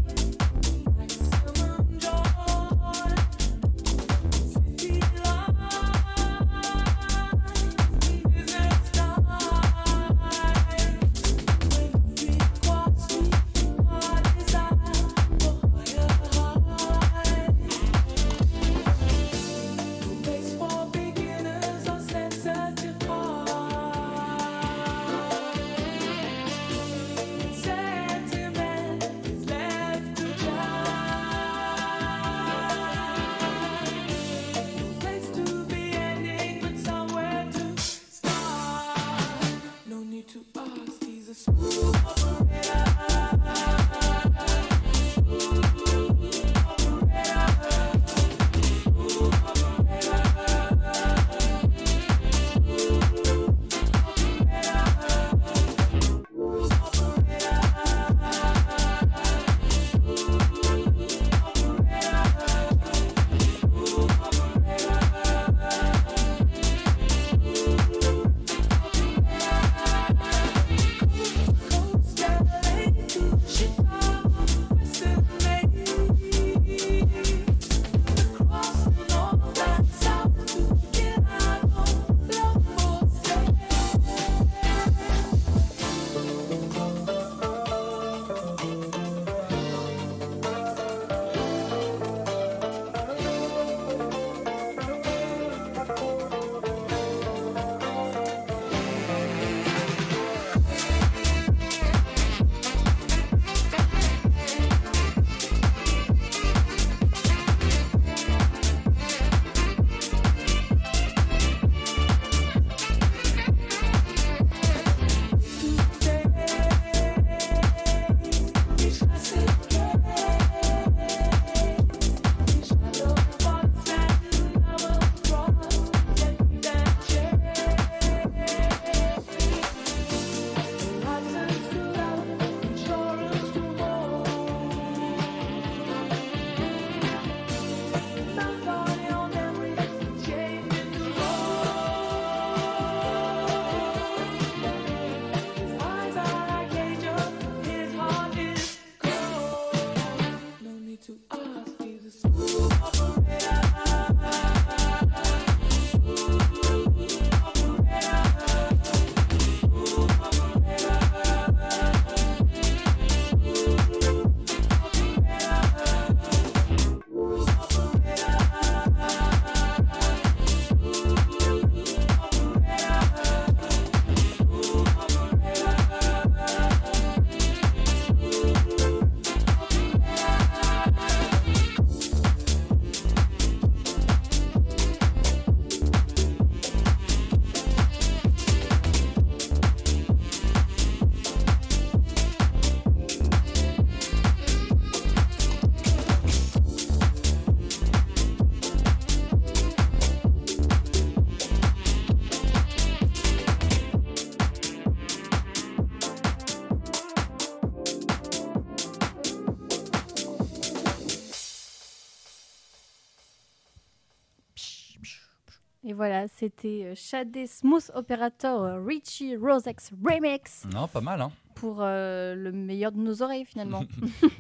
B: Et voilà, c'était euh, Shadé Smooth Operator euh, Richie Rosex Remix
C: Non, pas mal, hein.
B: pour euh, le meilleur de nos oreilles finalement.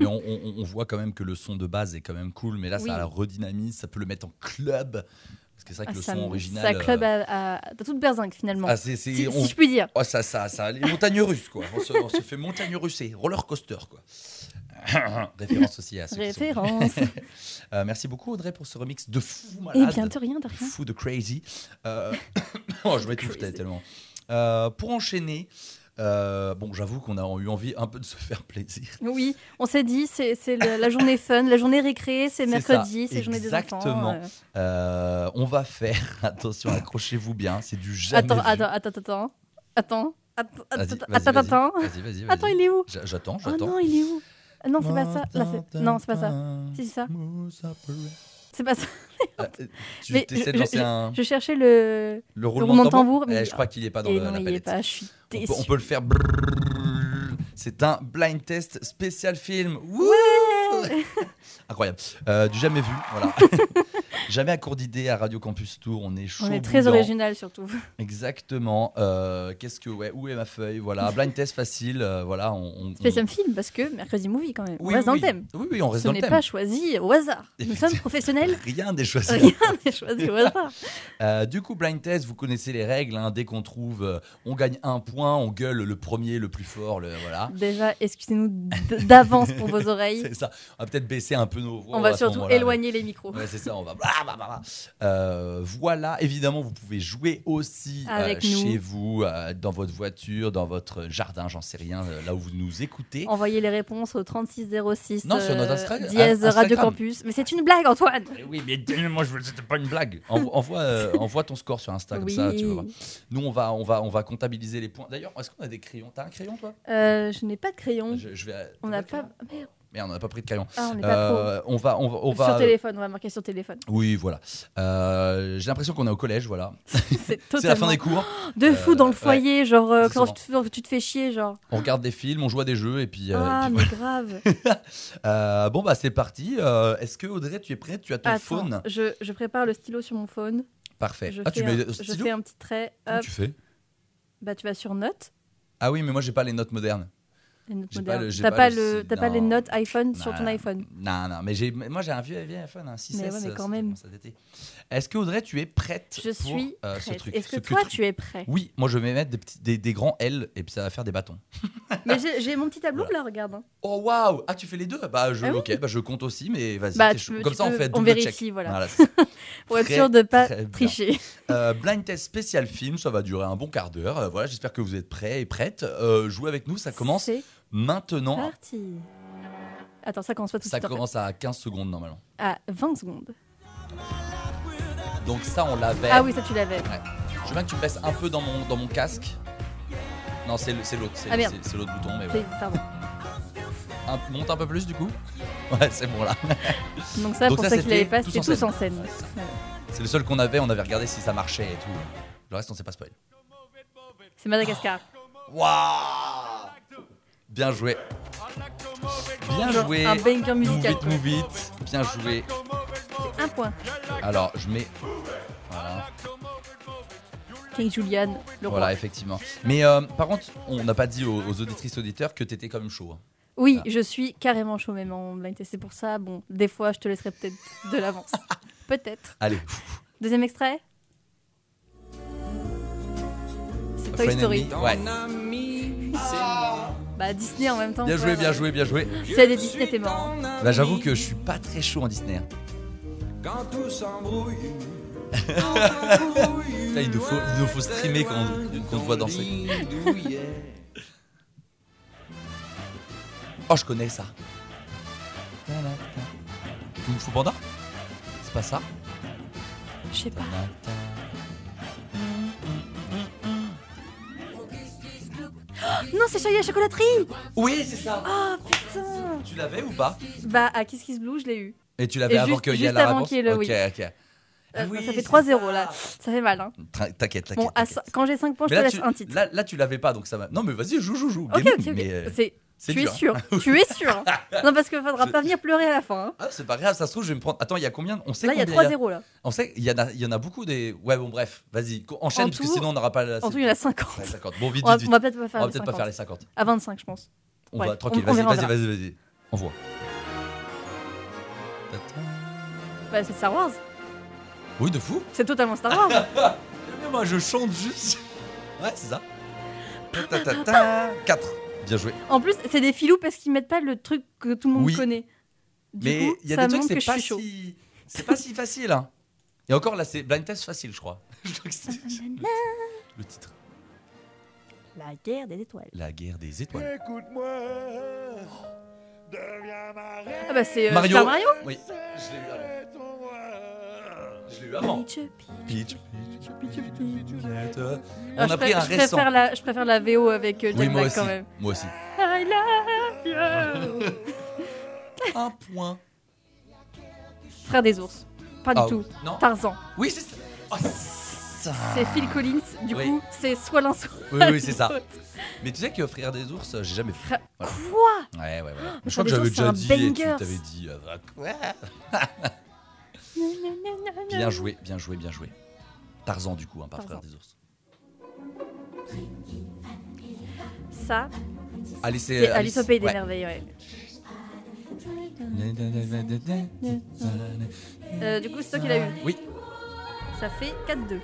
C: Mais on, on- on voit quand même que le son de base est quand même cool, mais là,
B: Oui.
C: ça la redynamise, ça peut le mettre en club. Parce que c'est vrai que
B: Ah,
C: le
B: ça,
C: son
B: me-
C: original.
B: ça club
C: euh,
B: à, à- à toute berzingue finalement.
C: ah, c'est- c'est-
B: si,
C: on-
B: si je puis dire.
C: oh, ça, ça, ça, les montagnes russes, quoi. On se, on se fait montagne russée, roller coaster, quoi. Référence aussi à ceux qui sont-
B: Référence.
C: Euh, merci beaucoup, Audrey, pour ce remix de fou
B: Et
C: malade.
B: bien de rien, de rien.
C: fou de crazy. Euh, oh, je m'étouffe
B: Hein Crazy.
C: tellement. Euh, pour enchaîner, euh, bon, j'avoue qu'on a eu envie un peu de se faire plaisir.
B: Oui, on s'est dit, c'est c'est le- la journée fun, la journée récré, c'est
C: C'est
B: mercredi,
C: ça,
B: c'est journée des enfants.
C: exactement.
B: euh.
C: Euh, on va faire, attention, accrochez-vous bien, c'est du jamais
B: Attends,
C: vu.
B: attends, attends, attends, attends, attends,
C: Vas-y,
B: attends,
C: vas-y,
B: attends,
C: vas-y.
B: attends,
C: Vas-y, vas-y, vas-y.
B: attends, il est où
C: J'a- J'attends,
B: Oh
C: j'attends.
B: non, il est où Ah Non, c'est pas ça. Là, c'est- non, c'est pas ça. Si, c'est ça. C'est pas ça.
C: Ah, euh, tu
B: Mais
C: essaies de
B: je-
C: lancer un...
B: Je cherchais le.
C: le
B: roulement
C: roulement
B: de
C: de
B: tambour, mais- Ah.
C: Eh, je crois qu'il n'est pas dans
B: Et
C: le-
B: non,
C: la
B: il y est
C: palette.
B: pas. Je suis
C: on,
B: déçue.
C: peut, on peut le faire. brrrr. C'est un blind test spécial film. Wouh Incroyable. Euh, du jamais vu, voilà. jamais à court d'idées à Radio Campus Tour. On est chaud.
B: On est très
C: bouillant. Mm.
B: original surtout.
C: Exactement. Euh, Qu'est-ce que ouais Où est ma feuille Voilà. Blind test facile. euh, voilà. On, on-
B: Spécial
C: on-
B: film parce que mercredi movie quand même. on
C: Oui,
B: reste
C: oui,
B: dans le
C: oui.
B: thème.
C: Oui, oui, on reste
B: Ce
C: dans le
B: n'est
C: thème.
B: pas choisi au hasard. Nous sommes
C: Effectivement.
B: professionnels.
C: Rien n'est choisi.
B: Rien n'est choisi au hasard.
C: Euh, du coup, blind test, vous connaissez les règles. hein. Dès qu'on trouve, euh, on gagne un point, on gueule le premier, le plus fort, le voilà.
B: Déjà, excusez-nous d- d'avance pour vos oreilles.
C: C'est ça. On va peut-être baisser un peu nos voix.
B: On va
C: à ce
B: surtout
C: moment-là.
B: éloigner les micros.
C: Ouais, c'est ça, on va. bla, bla, bla, bla. Euh, voilà, évidemment, vous pouvez jouer aussi euh,
B: Avec nous.
C: chez vous, euh, dans votre voiture, dans votre jardin, j'en sais rien, euh, là où vous nous écoutez.
B: Envoyez les réponses au 3606
C: Non, sur notre
B: euh,
C: Instra-
B: dièse
C: Instagram.
B: Radio Campus. Mais c'est une blague, Antoine
C: Eh Oui, mais moi, je veux- c'était pas une blague. Envo- envoie, euh, envoie ton score sur Insta, comme
B: Oui.
C: ça, tu vas voir. Nous, on va, on, va, on va comptabiliser les points. D'ailleurs, est-ce qu'on a des crayons T'as un crayon, toi
B: Euh, je n'ai pas de crayon.
C: je, je vais, à-
B: On
C: t'as
B: n'a
C: de
B: pas. Ah,
C: crayon
B: Merde,
C: Merde, on n'a pas pris de crayon.
B: ah, on n'est pas pro.
C: Euh, on va. On va, on va
B: Sur téléphone, on va marquer sur téléphone.
C: oui, voilà. Euh, J'ai l'impression qu'on est au collège, voilà.
B: C'est
C: C'est la
B: totalement
C: fin des cours.
B: de fou
C: Euh,
B: dans le
C: ouais,
B: foyer, genre euh, quand
C: exactement.
B: tu, te- tu te fais chier, genre.
C: On regarde des films, on joue à des jeux, et puis. euh, et
B: ah,
C: puis
B: mais grave.
C: Euh, bon, bah, c'est parti. Euh, Est-ce que Audrey, tu es prête Tu as ton
B: Attends,
C: phone
B: Je, je prépare le stylo sur mon phone.
C: Parfait.
B: Je,
C: ah,
B: fais,
C: tu mets
B: un,
C: le
B: je
C: stylo
B: fais un petit trait.
C: Comment
B: Hop.
C: tu fais
B: Bah, tu vas sur notes.
C: Ah oui, mais moi, j'ai pas les notes modernes.
B: les notes
C: J'ai pas
B: modernes.
C: le- j'ai
B: T'as
C: pas
B: pas,
C: le
B: le,
C: si-
B: t'as pas les
C: non.
B: notes iPhone sur
C: Non,
B: ton
C: non.
B: iPhone.
C: Non, non, mais j'ai- moi, j'ai un vieux, vieux iPhone, un 6S.
B: Mais ouais, mais
C: euh,
B: quand
C: ça
B: même.
C: commence à dater. Est-ce que Audrey, tu es prête
B: Je
C: pour,
B: suis
C: euh, ce
B: prête.
C: truc
B: Est-ce
C: ce
B: que toi,
C: tu-
B: tu es prêt
C: Oui, moi, je vais mettre des, petits, des, des grands L et puis ça va faire des bâtons.
B: Mais j'ai- j'ai mon petit tableau là, regarde. hein.
C: Oh, waouh Ah, tu fais les deux Bah, je,
B: Ah oui.
C: ok, bah, je compte aussi, mais vas-y.
B: Bah,
C: t'es
B: tu
C: chaud.
B: peux-
C: Comme
B: tu
C: ça, on
B: peux-
C: fait
B: on
C: double
B: vérifie,
C: check.
B: voilà.
C: c'est ça.
B: Pour être
C: Très,
B: sûr de pas
C: très bien.
B: tricher.
C: Euh, blind test spécial film, ça va durer un bon quart d'heure. Euh, voilà, j'espère que vous êtes prêts et prêtes. Euh, jouez avec nous, ça commence
B: C'est
C: Maintenant,
B: parti. Attends, ça commence pas tout de
C: ça
B: suite. en fait.
C: commence à 15 secondes normalement.
B: À 20 secondes.
C: Donc ça, on l'avait.
B: Ah oui, ça tu l'avais.
C: Je veux bien que tu me baisses un peu dans mon, dans mon casque. Non, c'est le- c'est l'autre, c'est
B: Ah, merde.
C: c'est- c'est l'autre bouton. Mais
B: C'est-
C: voilà.
B: Pardon.
C: Un- monte un peu plus du coup. Ouais, c'est bon là.
B: Donc ça,
C: Donc
B: pour
C: ça,
B: ça qu'il
C: c'était
B: l'avait pas,
C: tous
B: c'était
C: en
B: tous
C: scène.
B: en scène.
C: C'est le seul qu'on avait. On avait regardé si ça marchait et tout. Le reste, on s'est pas spoil.
B: C'est Madagascar.
C: Waouh Bien joué. Bien
B: Genre
C: joué.
B: un banger
C: Move
B: musical.
C: it, move it. Bien joué.
B: Un point.
C: Alors, je mets. Voilà.
B: King Julian, le roi.
C: Voilà, effectivement. Mais euh, par contre, on n'a pas dit aux, aux auditrices auditeurs que t'étais quand même chaud. hein.
B: Oui,
C: Ah.
B: je suis carrément chaud même en blind test. C'est pour ça, bon, des fois, je te laisserai peut-être de l'avance. peut-être.
C: Allez.
B: Deuxième extrait. C'est Toy
C: Friend
B: Story.
C: Enemy. Ouais.
B: Bah Disney en même temps.
C: Bien
B: quoi,
C: joué, bien
B: ouais.
C: joué, bien joué.
B: C'est des Disney, t'es mort.
C: Bah, j'avoue que je suis pas très chaud en Disney. hein.
F: Quand tout s'embrouille.
C: Putain, il nous faut, il nous faut streamer quand on, qu'on te voit danser. Oh, je connais ça. Kung Fu Panda C'est pas ça
B: Je sais pas. Non, c'est Charlie à la chocolaterie
C: Oui, c'est ça.
B: Ah putain
C: Tu l'avais ou pas
B: Bah à Kiss Kiss Blue, je l'ai eu.
C: Et tu
B: Et
C: l'avais avant
B: juste-
C: qu'il y ait
B: juste
C: la
B: avant
C: réponse
B: qu'il y ait le
C: Ok,
B: oui.
C: ok.
B: Euh,
C: Ah oui,
B: ça fait
C: c'est
B: 3-0 là. Ça fait mal, hein.
C: Tra- T'inquiète, t'inquiète.
B: Bon, à
C: t'inquiète.
B: cin- quand j'ai 5 points, je
C: Mais
B: te
C: là,
B: laisse
C: tu,
B: un titre.
C: là, là, tu l'avais pas, donc ça va. Non, mais vas-y, joue, joue, joue.
B: Ok,
C: gaming,
B: ok, ok.
C: mais, euh,
B: C'est
C: C'est
B: Tu es
C: dur.
B: sûr. Tu es sûr. Non, parce qu'il faudra pas venir pleurer à la fin. hein.
C: Ah, c'est pas grave, ça se trouve, je vais me prendre. Attends, il y a combien On sait
B: Là, il y a
C: combien
B: 3-0. Là.
C: On sait, il y, en a- il y en a beaucoup des. Ouais, bon, bref, vas-y, co- enchaîne,
B: En
C: parce que
B: tout-
C: sinon on n'aura pas. la-
B: En tout, il y en a
C: Ouais,
B: 50.
C: 50. Bon, vite,
B: On va,
C: vite,
B: on
C: vite.
B: va peut-être pas
C: On
B: faire
C: va
B: les
C: peut-être pas
B: 50.
C: faire les 50.
B: À 25, je pense.
C: On
B: Ouais,
C: va, tranquille,
B: on- on
C: vas-y,
B: verra, on
C: vas-y,
B: verra.
C: vas-y, vas-y. On voit.
B: Bah, c'est Star Wars.
C: Oui, de fou.
B: C'est totalement Star Wars.
C: Mais Eh, moi, je chante juste. Ouais, c'est ça.
B: Ah, bah,
C: 4. Bien joué.
B: en plus, c'est des filous parce qu'ils mettent pas le truc que tout le monde
C: Oui.
B: connaît. Du
C: Mais
B: coup,
C: il y a
B: ça
C: des trucs,
B: montre que
C: c'est
B: je
C: pas
B: suis chaud.
C: si. C'est pas si facile, hein. Et encore là, c'est blind test facile, je crois. Je crois que c'est- Le titre
B: La guerre des étoiles.
C: La guerre des étoiles.
F: Écoute-moi, deviens ma reine.
B: Ah bah c'est euh,
C: Mario.
B: Super Mario.
C: Oui, je l'ai eu avant.
F: et ton roi.
C: Je l'ai eu avant.
B: Peach, Peach.
C: Peach,
B: Ah,
C: Euh, On
B: je
C: a pris
B: pré-
C: un
B: je
C: récent.
B: Préfère la, je préfère la VO avec euh, Jack
C: Oui, moi
B: Black
C: aussi.
B: quand même.
C: Moi aussi.
B: I love you.
C: Un point.
B: Frère des ours. Pas du
C: Ah,
B: tout.
C: Non.
B: Tarzan.
C: Oui, c'est ça. Oh, ça.
B: C'est Phil Collins. Du
C: Oui.
B: coup, c'est soit l'un soit
C: Oui, oui, c'est ça.
B: l'autre.
C: Mais tu sais que Frère des ours, euh, j'ai jamais fait.
B: Frère-
C: Voilà.
B: Quoi
C: Ouais, ouais, ouais. je
B: Frère
C: crois
B: des
C: que j'avais
B: ours, c'est
C: déjà
B: un
C: dit et tu
B: banger.
C: t'avais dit. euh, ah, quoi Bien joué, bien joué, bien joué. Tarzan, du coup, hein, pas
B: Tarzan.
C: Frère des ours.
B: Ça,
C: Allez, c'est. euh,
B: c'est Alice au Pays des Merveilles. ouais. Euh, du coup, c'est toi qui l'as eu.
C: Oui,
B: Ça fait 4-2.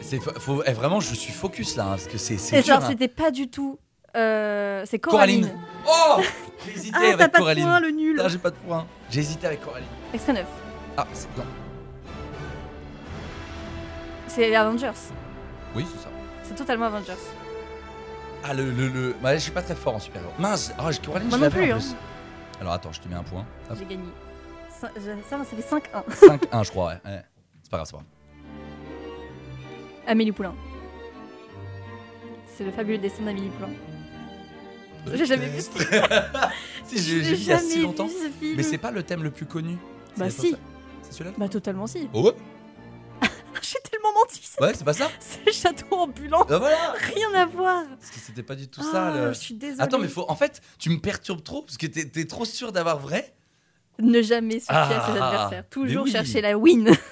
C: c'est fa- faut, eh, vraiment, je suis focus là, hein, parce que c'est c'est
B: Et
C: dur.
B: genre,
C: hein.
B: c'était pas du tout. euh, c'est Coraline.
C: Coraline. Oh, j'ai hésité
B: Ah, t'as
C: avec
B: pas
C: Coraline.
B: de point, le nul.
C: Putain, j'ai pas de point. J'ai hésité avec Coraline.
B: Extra 9.
C: Ah, c'est non.
B: C'est les Avengers.
C: Oui, c'est ça.
B: C'est totalement Avengers.
C: Ah, le. le, le... bah, je suis pas très fort en super-héros. Mince, ah, je- Coraline,
B: Moi
C: je
B: non
C: l'avais
B: plus,
C: en
B: hein.
C: plus. Alors attends, je te mets un point. Hop,
B: J'ai gagné. Ça, je- ça va, ça fait 5-1.
C: 5-1, je crois, ouais. ouais. C'est pas grave, c'est pas grave.
B: Amélie Poulain. C'est le fabuleux dessin d'Amélie Poulain. J'ai jamais vu ce
C: si, j'ai j'ai vu il y a si longtemps.
B: vu ce film.
C: Mais c'est pas le thème le plus connu.
B: Bah
C: C'est pas
B: si.
C: ça. C'est celui-là
B: Bah totalement si.
C: Oh ouais
B: J'ai tellement menti. c'est-
C: Ouais, c'est pas ça
B: C'est le château ambulant.
C: Bah voilà
B: Rien à voir.
C: Parce que c'était pas du tout
B: Ah,
C: ça. le-
B: Je suis désolée.
C: Attends, mais faut. En fait, tu me perturbes trop parce que t'es t'es trop sûr d'avoir vrai.
B: Ne jamais se fier à ses
C: Ah,
B: adversaires. Toujours
C: mais oui.
B: chercher la win.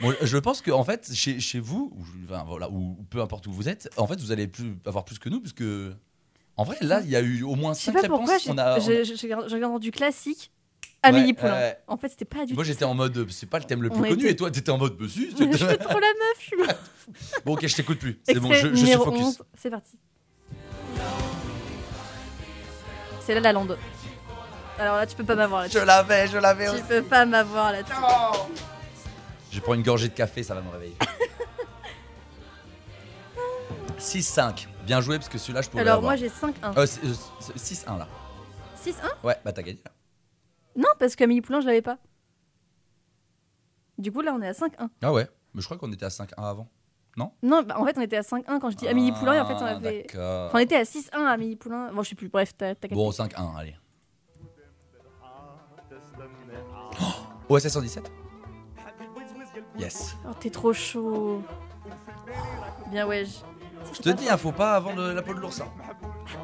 C: Bon, je pense que en fait, chez, chez vous, ou, enfin, voilà, ou peu importe où vous êtes, en fait, vous allez plus, avoir plus que nous, puisque en vrai, là, il y a eu au moins
B: Je sais
C: 5
B: pas
C: réponses.
B: pourquoi. J'ai
C: on a- on a-
B: j'ai- j'ai- j'ai entendu classique. Amélie
C: Ouais,
B: Poulain.
C: ouais.
B: En fait, c'était pas du tout.
C: Moi, j'étais en mode, euh, c'est pas le thème le plus
B: On
C: connu,
B: était-
C: et toi, t'étais en mode, bah, si,
B: Je
C: c'était-
B: suis trop la meuf. Je suis morte.
C: Bon, ok, je t'écoute plus. C'est bon, je,
B: Extrait
C: je suis
B: numéro
C: focus.
B: 11, c'est parti. C'est là la lande. Alors là, tu peux pas m'avoir là-dessus.
C: Je l'avais, je l'avais
B: Tu
C: aussi.
B: peux pas m'avoir là-dessus.
C: Oh Je prends une gorgée de café, ça va me réveiller. 6-5. Bien joué, parce que celui-là, je pourrais
B: Alors
C: l'avoir.
B: moi, j'ai 5-1.
C: Euh, c'est- euh, c'est- 6-1 là.
B: 6-1
C: Ouais, bah t'as gagné. là.
B: Non, parce qu'Amélie Poulain, je l'avais pas. Du coup, là, on est à 5-1.
C: Ah ouais, mais je crois qu'on était à 5-1 avant.
B: Non, bah, en fait, on était à 5-1 quand je dis Amélie Poulain, et en fait, on
C: Ah,
B: avait.
C: D'accord.
B: Enfin, on était à 6-1 à Amélie Poulain. Bon, je sais plus, bref, t'as t'as capté.
C: Bon, 5-1, allez. Oh, OSS 117 Yes.
B: Oh, t'es trop chaud. Bien, wesh.
C: Je te dis, hein, faut pas avant le- la peau de l'ours. hein.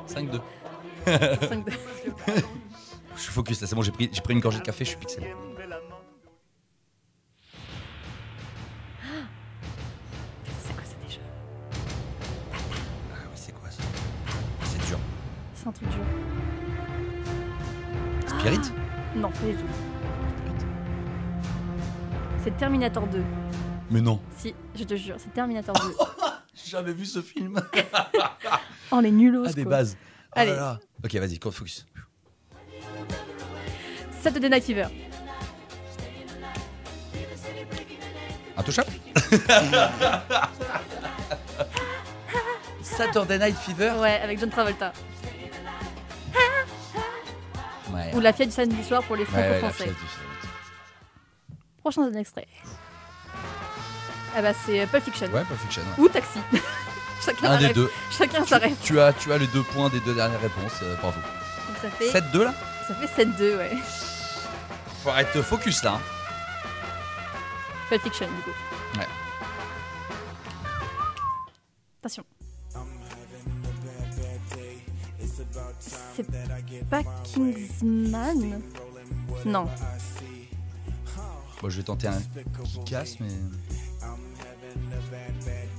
C: 5-2.
B: 5
C: Je suis focus là, c'est bon, j'ai pris, j'ai pris une gorgée de café, je suis Ah pixel.
B: C'est quoi ça déjà
C: Ah oui, c'est quoi ça C'est dur.
B: C'est un truc dur.
C: Spirit
B: Non, pas du tout. C'est Terminator 2.
C: Mais non.
B: Si, je te jure, c'est Terminator 2.
C: J'ai jamais vu ce film.
B: Oh, les nulos.
C: Ah, des
B: quoi.
C: bases. Oh
B: Allez.
C: là là. Ok, vas-y, co- focus.
B: Saturday Night Fever.
C: Intouchable Saturday Night Fever
B: Ouais, avec John Travolta.
C: Ouais.
B: Ou la fête du samedi soir pour les
C: Ouais, ouais, la
B: franco-français.
C: pièce du film.
B: Prochain extrait. Ah bah, c'est Pulp Fiction.
C: Ouais, Pulp Fiction. ouais.
B: Ou Taxi. chacun
C: Un des
B: rêve.
C: deux.
B: Chacun
C: Tu,
B: sa rêve.
C: tu as, tu as les deux points des deux dernières réponses, euh, bravo.
B: Donc ça fait,
C: 7-2 là
B: ça fait 7-2, ouais.
C: Faut être focus là. hein.
B: Pulp Fiction, du coup.
C: Ouais.
B: Attention. c'est pas Kingsman Non.
C: Bon, je vais tenter un qui casse, mais.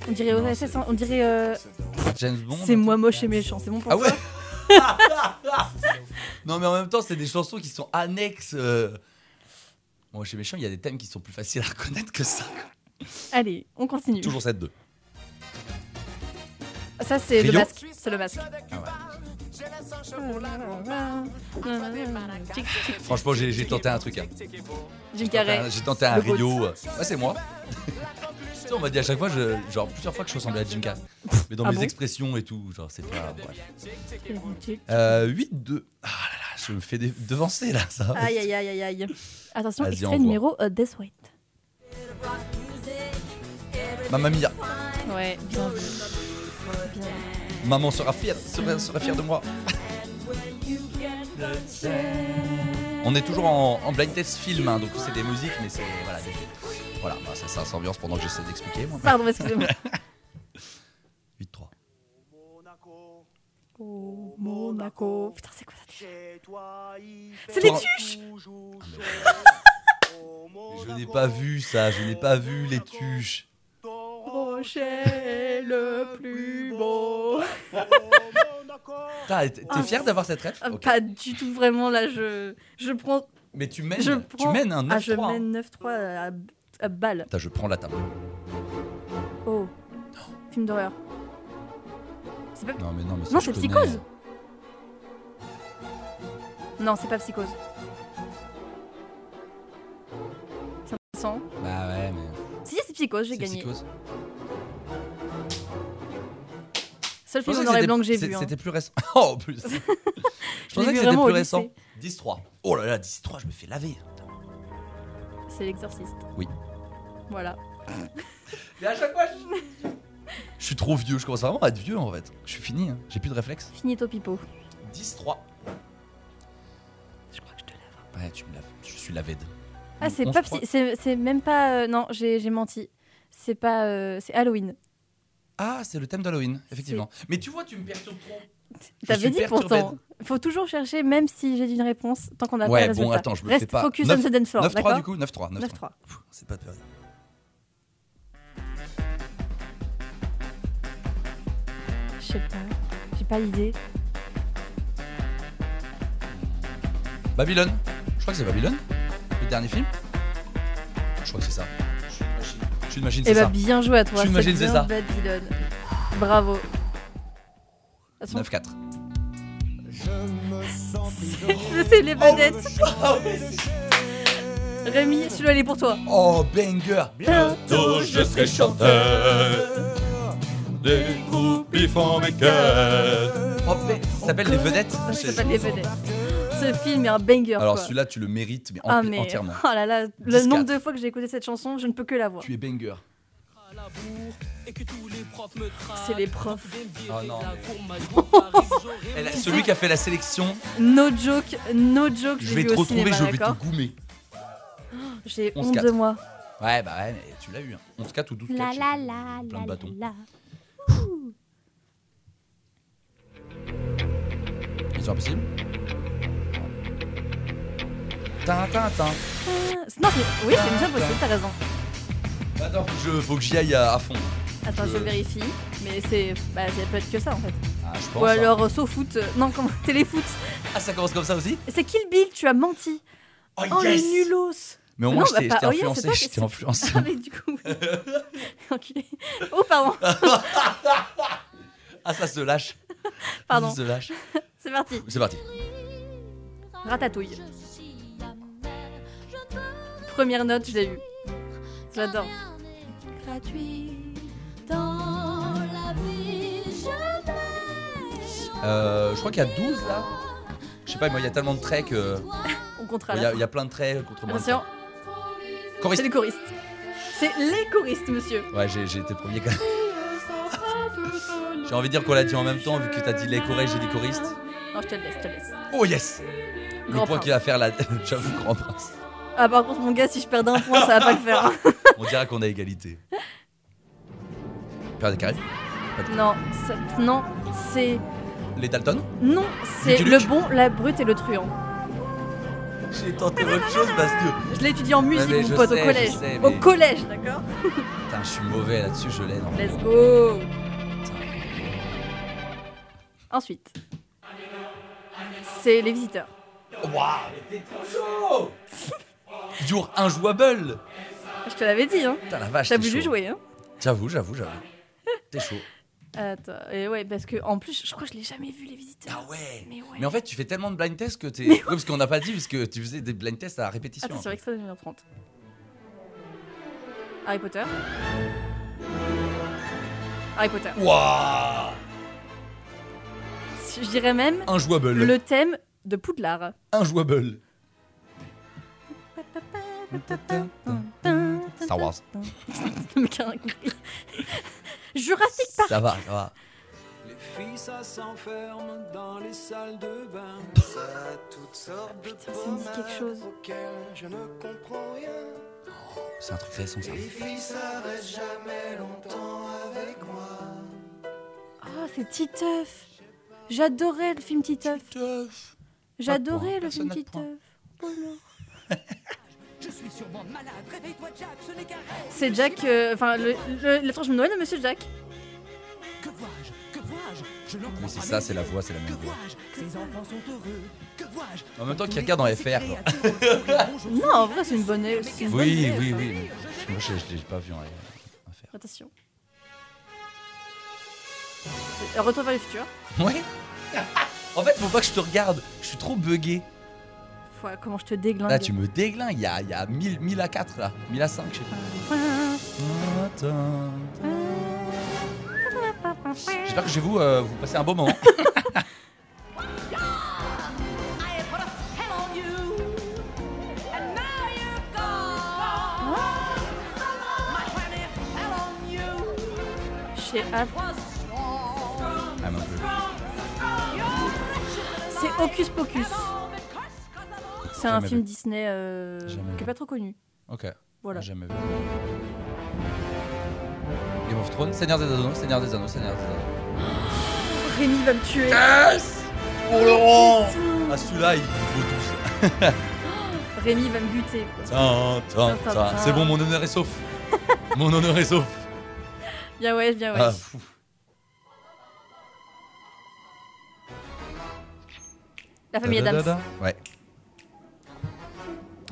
B: On dirait
C: Non,
B: OSS, hein, on dirait. euh,
C: James Bond hein.
B: c'est moi moche et méchant, c'est bon pour
C: Ah
B: toi
C: ouais Non, mais en même temps, c'est des chansons qui sont annexes. euh. Bon, chez Méchant, il y a des thèmes qui sont plus faciles à reconnaître que ça.
B: Allez, on continue.
C: Toujours 7-2.
B: Ça, c'est le
C: Rio.
B: masque. C'est le masque.
C: Franchement, j'ai j'ai tenté un truc. hein.
B: Jim
C: J'ai tenté
B: Carrey.
C: un- J'ai tenté un
B: Le goat.
C: Rio. euh. Ouais, c'est moi. Tu sais, on m'a dit à chaque fois, je- genre plusieurs fois que je ressemblais à Jim Carrey. Mais dans
B: Ah
C: mes
B: bon
C: expressions et tout, genre c'est pas. bref.
B: Tic,
C: Euh, 8-2. Ah là là, je me fais dé- devancer là, ça. va
B: Aïe, aïe, aïe, aïe, aïe. Attention,
C: Vas-y,
B: extrait
C: envoie.
B: numéro euh, Death White.
C: Mamma mia,
B: Ouais, bien vu. Bien vu.
C: maman sera fière, sera, sera fière de moi. On est toujours en, en blind test film, hein, donc c'est des musiques, mais c'est voilà, des films. Voilà, bah, ça, ça s'ambiance pendant que j'essaie d'expliquer. moi.
B: Pardon, excusez-moi.
C: 8-3.
B: Oh, Monaco. Putain, c'est quoi ça déjà
F: C'est
B: C'est les
C: Toi-
B: tuches
C: Je n'ai pas vu ça, je n'ai pas vu les tuches.
B: Rocher Oh, le plus beau.
C: Putain, T'es t'es fier d'avoir cette ref
B: Ah,
C: Ok.
B: Pas du tout, vraiment, là, je, je prends.
C: Mais tu mènes,
B: Je
C: tu
B: prends-
C: mènes un 9-3.
B: Ah, je
C: hein.
B: mène 9-3 à, à balle.
C: Putain, je prends la table.
B: Oh. Film d'horreur. C'est pas...
C: Non, mais non, mais ça,
B: Non,
C: je
B: c'est
C: connais.
B: Psychose. Non, c'est pas Psychose. Ça me sent.
C: Bah ouais, mais.
B: Si, c'est Psychose, j'ai
C: c'est
B: gagné.
C: Psychose.
B: Seul
C: Je
B: film
C: pensais
B: en
C: que
B: noir et
C: c'était-
B: blanc que j'ai
C: Oh, c'est-
B: vu. hein.
C: C'était plus récent. Oh, en plus. je pensais
B: vu
C: que c'était
B: vraiment
C: plus
B: au lycée.
C: récent. 10-3. Oh là là, 10-3, je me fais laver. hein.
B: C'est l'exorciste.
C: Oui.
B: Voilà.
C: Mais à chaque fois, je... je suis trop vieux. Je commence vraiment à être vieux en fait. Je suis fini. hein. J'ai plus de réflexe.
B: Finito Pipo.
C: 10-3.
B: Je crois que je te lave.
C: Ouais, tu me laves. Je suis lavé. de-
B: Ah, c'est
C: On
B: pas
C: se croit-
B: psy- c'est c'est même pas. euh, non, j'ai j'ai menti. C'est pas. euh, c'est Halloween.
C: Ah, c'est le thème d'Halloween, effectivement. Mais tu vois, tu me perturbes trop. Je
B: T'avais
C: suis
B: dit
C: perturbé.
B: pourtant. Faut toujours chercher, même si j'ai une réponse, tant qu'on n'a
C: Ouais,
B: pas le
C: bon,
B: résultat.
C: attends, je me
B: Reste
C: fais pas-
B: focus
C: Neuf-
B: on the dance floor,
C: 9-3
B: d'accord
C: du coup 9-3. 9-3.
B: 9-3.
C: Pff, C'est pas de période.
B: Je sais pas. J'ai pas l'idée.
C: Babylone. Je crois que c'est Babylone. Le dernier film. Je crois que c'est ça. Je suis une machine,
B: Eh
C: c'est
B: bah,
C: ça.
B: bien joué à toi.
C: Je m'imagine, c'est
B: bien
C: ça.
B: Babylone. Bravo. De toute façon,
C: 9-4.
B: C'est les
C: Oh,
B: vedettes. Rémi, celui-là, il est pour toi.
C: Oh, banger
B: Bientôt,
D: je serai chanteur. Des coupes font mes cœurs.
C: Oh, mais ça s'appelle Les Vedettes
B: Ah, Ça s'appelle les vedettes. Ce film est un banger.
C: Alors
B: quoi.
C: celui-là, tu le mérites, mais,
B: Ah
C: empli-
B: mais
C: entièrement.
B: oh là là, le
C: 10-4.
B: nombre de fois que j'ai écouté cette chanson, je ne peux que la voir.
C: Tu es banger.
B: C'est les profs.
C: Oh non. Elle a- celui qui a fait la sélection,
B: No joke, no joke,
C: je
B: j'ai
C: vais
B: vu
C: te
B: au
C: retrouver,
B: cinéma,
C: je vais te
B: d'accord
C: goumer.
B: J'ai
C: 11-4.
B: honte de moi.
C: Ouais, bah ouais, mais tu l'as eu. Hein. 11-4 ou 12-4. je sais plus. Plein de bâtons. Mission impossible. Tintintin.
B: Ah, c'est- Non, c'est- oui, c'est une chose possible, t'as raison.
C: Attends, faut que je- faut que j'y aille à, à fond.
B: Attends, je
C: Euh.
B: vérifie, mais c'est, bah, ça peut être que ça en fait.
C: Ah, je pense.
B: Ou
C: hein.
B: alors euh, sauf foot, euh, non, comment, téléfoot.
C: Ah, ça commence comme ça aussi
B: C'est Kill Bill, tu as menti.
C: Oh,
B: Oh
C: yes
B: le nulos.
C: Mais au
B: Non,
C: moins,
B: bah,
C: j'étais
B: pas-
C: j'étais
B: oh, yes, c'est
C: influencé.
B: toi qui-
C: J'étais
B: Ah,
C: influencé.
B: mais du coup. Enculé. Oh pardon,
C: Ah, ça se lâche.
B: pardon.
C: Ça se lâche.
B: C'est parti.
C: C'est parti.
B: Ratatouille. Première note, je l'ai eu. J'adore.
C: Euh, je crois qu'il y a 12 là. Je sais pas, moi, il y a tellement de traits que.
B: On comptera. la
C: Il y, a-
B: fin.
C: il y a plein de traits contre moi.
B: Attention, c'est
C: Choriste.
B: les choristes. C'est les choristes, monsieur.
C: Ouais, j'ai j'ai été premier quand même. J'ai envie de dire qu'on l'a dit en même temps, vu que t'as dit les chorés, j'ai dit choristes.
B: Non, je te le laisse, je te le laisse.
C: Oh yes Le
B: Grand
C: point
B: prince.
C: qu'il va faire là, j'avoue, grand prince.
B: Ah, par contre, mon gars, si je perds d'un point, ça va pas le faire. hein.
C: On dira qu'on a égalité. Père des Caraïbes
B: Non, ça- non, c'est.
C: les Dalton.
B: Non, c'est
C: Lucky
B: le
C: Luke.
B: bon, la brute et le truand.
C: J'ai tenté autre chose parce que.
B: Je l'ai étudié en musique,
C: mais je
B: mon pote,
C: sais,
B: au
C: je
B: collège.
C: sais,
B: Au
C: mais-
B: collège, d'accord
C: Putain, je suis mauvais là-dessus, je l'ai. non.
B: Let's go Ensuite, c'est les visiteurs.
C: Waouh, mais t'es trop chaud You're injouable
B: Je te l'avais dit, hein
C: Putain, la vache,
B: T'as
C: t'es
B: voulu
C: chaud.
B: jouer, hein
C: J'avoue, j'avoue, j'avoue. T'es chaud.
B: Attends, et ouais, parce que en plus, je crois que je l'ai jamais vu, les visiteurs.
C: Ah ouais
B: Mais ouais.
C: Mais en fait, tu fais tellement de blind tests que t'es. Ouais, parce qu'on n'a pas dit, parce que tu faisais des blind tests à répétition.
B: Attention, extrait de 2030. Harry Potter. Harry Potter.
C: Waouh
B: Je dirais même
C: Injouable.
B: le thème de Poudlard.
C: Injouable. Star Wars.
B: Mais qu'un- Jurassic
C: Ça va, ça va.
F: Les filles, ça s'enferme dans les salles de bain. Ça a toutes sortes de
B: Putain, ça me dit quelque chose.
F: auxquelles je ne comprends rien.
C: C'est un truc récent, ça.
F: Les filles, ça reste jamais longtemps avec moi.
B: Oh, c'est Titeuf J'adorais le film Titeuf. J'adorais le film Titeuf. Je suis sûrement malade. Réveille-toi, Jack. Ce n'est qu'un C'est Jack. euh, Enfin, le, le- la tranche de Noël de Monsieur Jack.
C: Mais c'est ça, c'est la voix, c'est la même voix. En même temps qu'il regarde en FR. quoi.
B: Non, en vrai, c'est une bonne. c'est une bonne
C: Oui,
B: VF,
C: oui,
B: hein.
C: oui. Moi, je je l'ai pas vu en en FR.
B: Attention. Euh, Retour vers le futur.
C: Ouais En fait, faut pas que je te regarde. Je suis trop bugué.
B: Faut- comment je te déglingue.
C: Là, tu me déglingues. Il y a, il y a 1000, 1000 à 4, là. 1000 à 5, je sais pas. Attends. J'espère que je vais vous, euh, vous passer un bon moment.
B: Chez Apple.
C: Ah, mais un peu.
B: C'est Hocus Pocus. C'est un
C: Jamais
B: film
C: vu.
B: Disney euh,
C: Jamais
B: qui est
C: vu.
B: pas trop connu.
C: Ok.
B: Voilà.
C: J'ai Jamais vu. Game of Thrones, Seigneur des Anneaux, Seigneur des Anneaux, Seigneur des Anneaux.
B: Rémi va me tuer.
C: Oh Laurent Ah, celui-là, il vaut
B: Rémi va me buter. quoi.
C: 12. Tin, tin, tin. C'est bon, mon honneur est sauf. Mon honneur est sauf.
B: Bien ouais, bien ouais.
C: Ah, fou.
B: La famille Adams.
C: Ouais.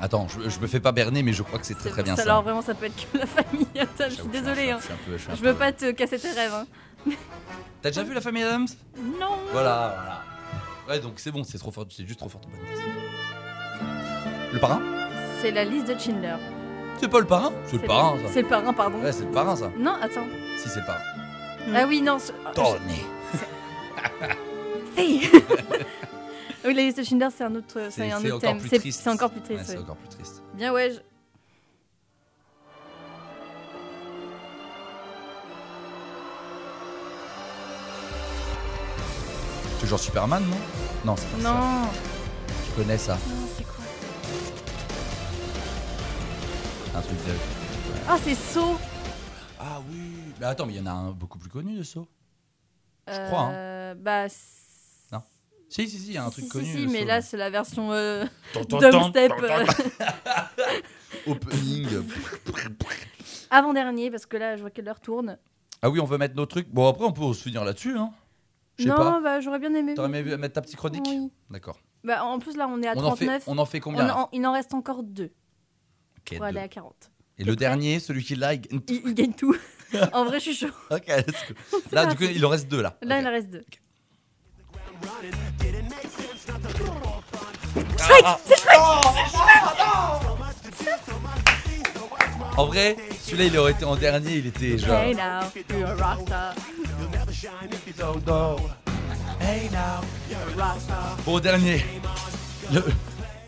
C: Attends, je, je me fais pas berner, mais je crois que c'est très très bien ça.
B: Alors vraiment, ça peut être que la famille Adams. Je suis
C: J'avoue,
B: désolée.
C: je
B: hein.
C: suis un peu- je suis un
B: Je
C: peu-
B: veux pas te casser tes rêves. hein.
C: T'as déjà vu la famille Adams
B: Non.
C: Voilà, voilà. Ouais, donc c'est bon, c'est trop fort, c'est juste trop fort. ton podcast. Le parrain
B: C'est la liste de Schindler.
C: C'est pas le parrain C'est le parrain, ça.
B: C'est le parrain, pardon.
C: Ouais, Hmm. c'est le parrain, ça.
B: Non, attends.
C: Si, c'est le parrain.
B: Ah oui, non. c'est-
C: Tony.
B: Hey Ah Oui, la liste de Schindler, c'est un autre, c'est un autre thème. C'est c'est encore plus triste.
C: Ouais,
B: ouais.
C: C'est encore plus triste.
B: Bien ouais. je-
C: Toujours Superman, non Non, c'est pas ça.
B: Non.
C: Je connais ça.
B: Non, c'est quoi
C: Un truc de.
B: Ah, c'est So.
C: Ah oui Mais attends, mais il y en a un beaucoup plus connu de Saw. Je crois, hein.
B: Euh, Bah. c-
C: Non. Si, si, si, il y a un
B: si,
C: truc
B: si,
C: connu.
B: Si,
C: de
B: mais
C: Saw,
B: là, c'est la version euh,
C: Tan, tan, tan,
B: dubstep. euh,
C: tan, tan, Opening.
B: Avant dernier, parce que là, je vois qu'elle leur tourne.
C: ah oui, on veut mettre nos trucs. Bon, après, on peut se finir là-dessus, hein. Je sais
B: Non,
C: pas.
B: bah j'aurais bien aimé.
C: T'aurais aimé mettre ta petite chronique
B: Oui.
C: D'accord.
B: Bah, en plus, là, on est à
C: On en, fait,
B: 39.
C: on en fait
B: On
C: combien là
B: en- il en reste encore deux
C: Ok,
B: pour aller
C: deux.
B: à 40.
C: Et le dernier, celui qui like.
B: Il, il gagne tout. en vrai, je suis chaud.
C: Ok, let's go. Là, du coup, il en reste deux là.
B: Là,
C: Ok.
B: il en reste deux.
C: En vrai, celui-là, il aurait été en dernier, il était genre.
B: Hey now, you're a rockstar.
C: Bon, dernier. Le,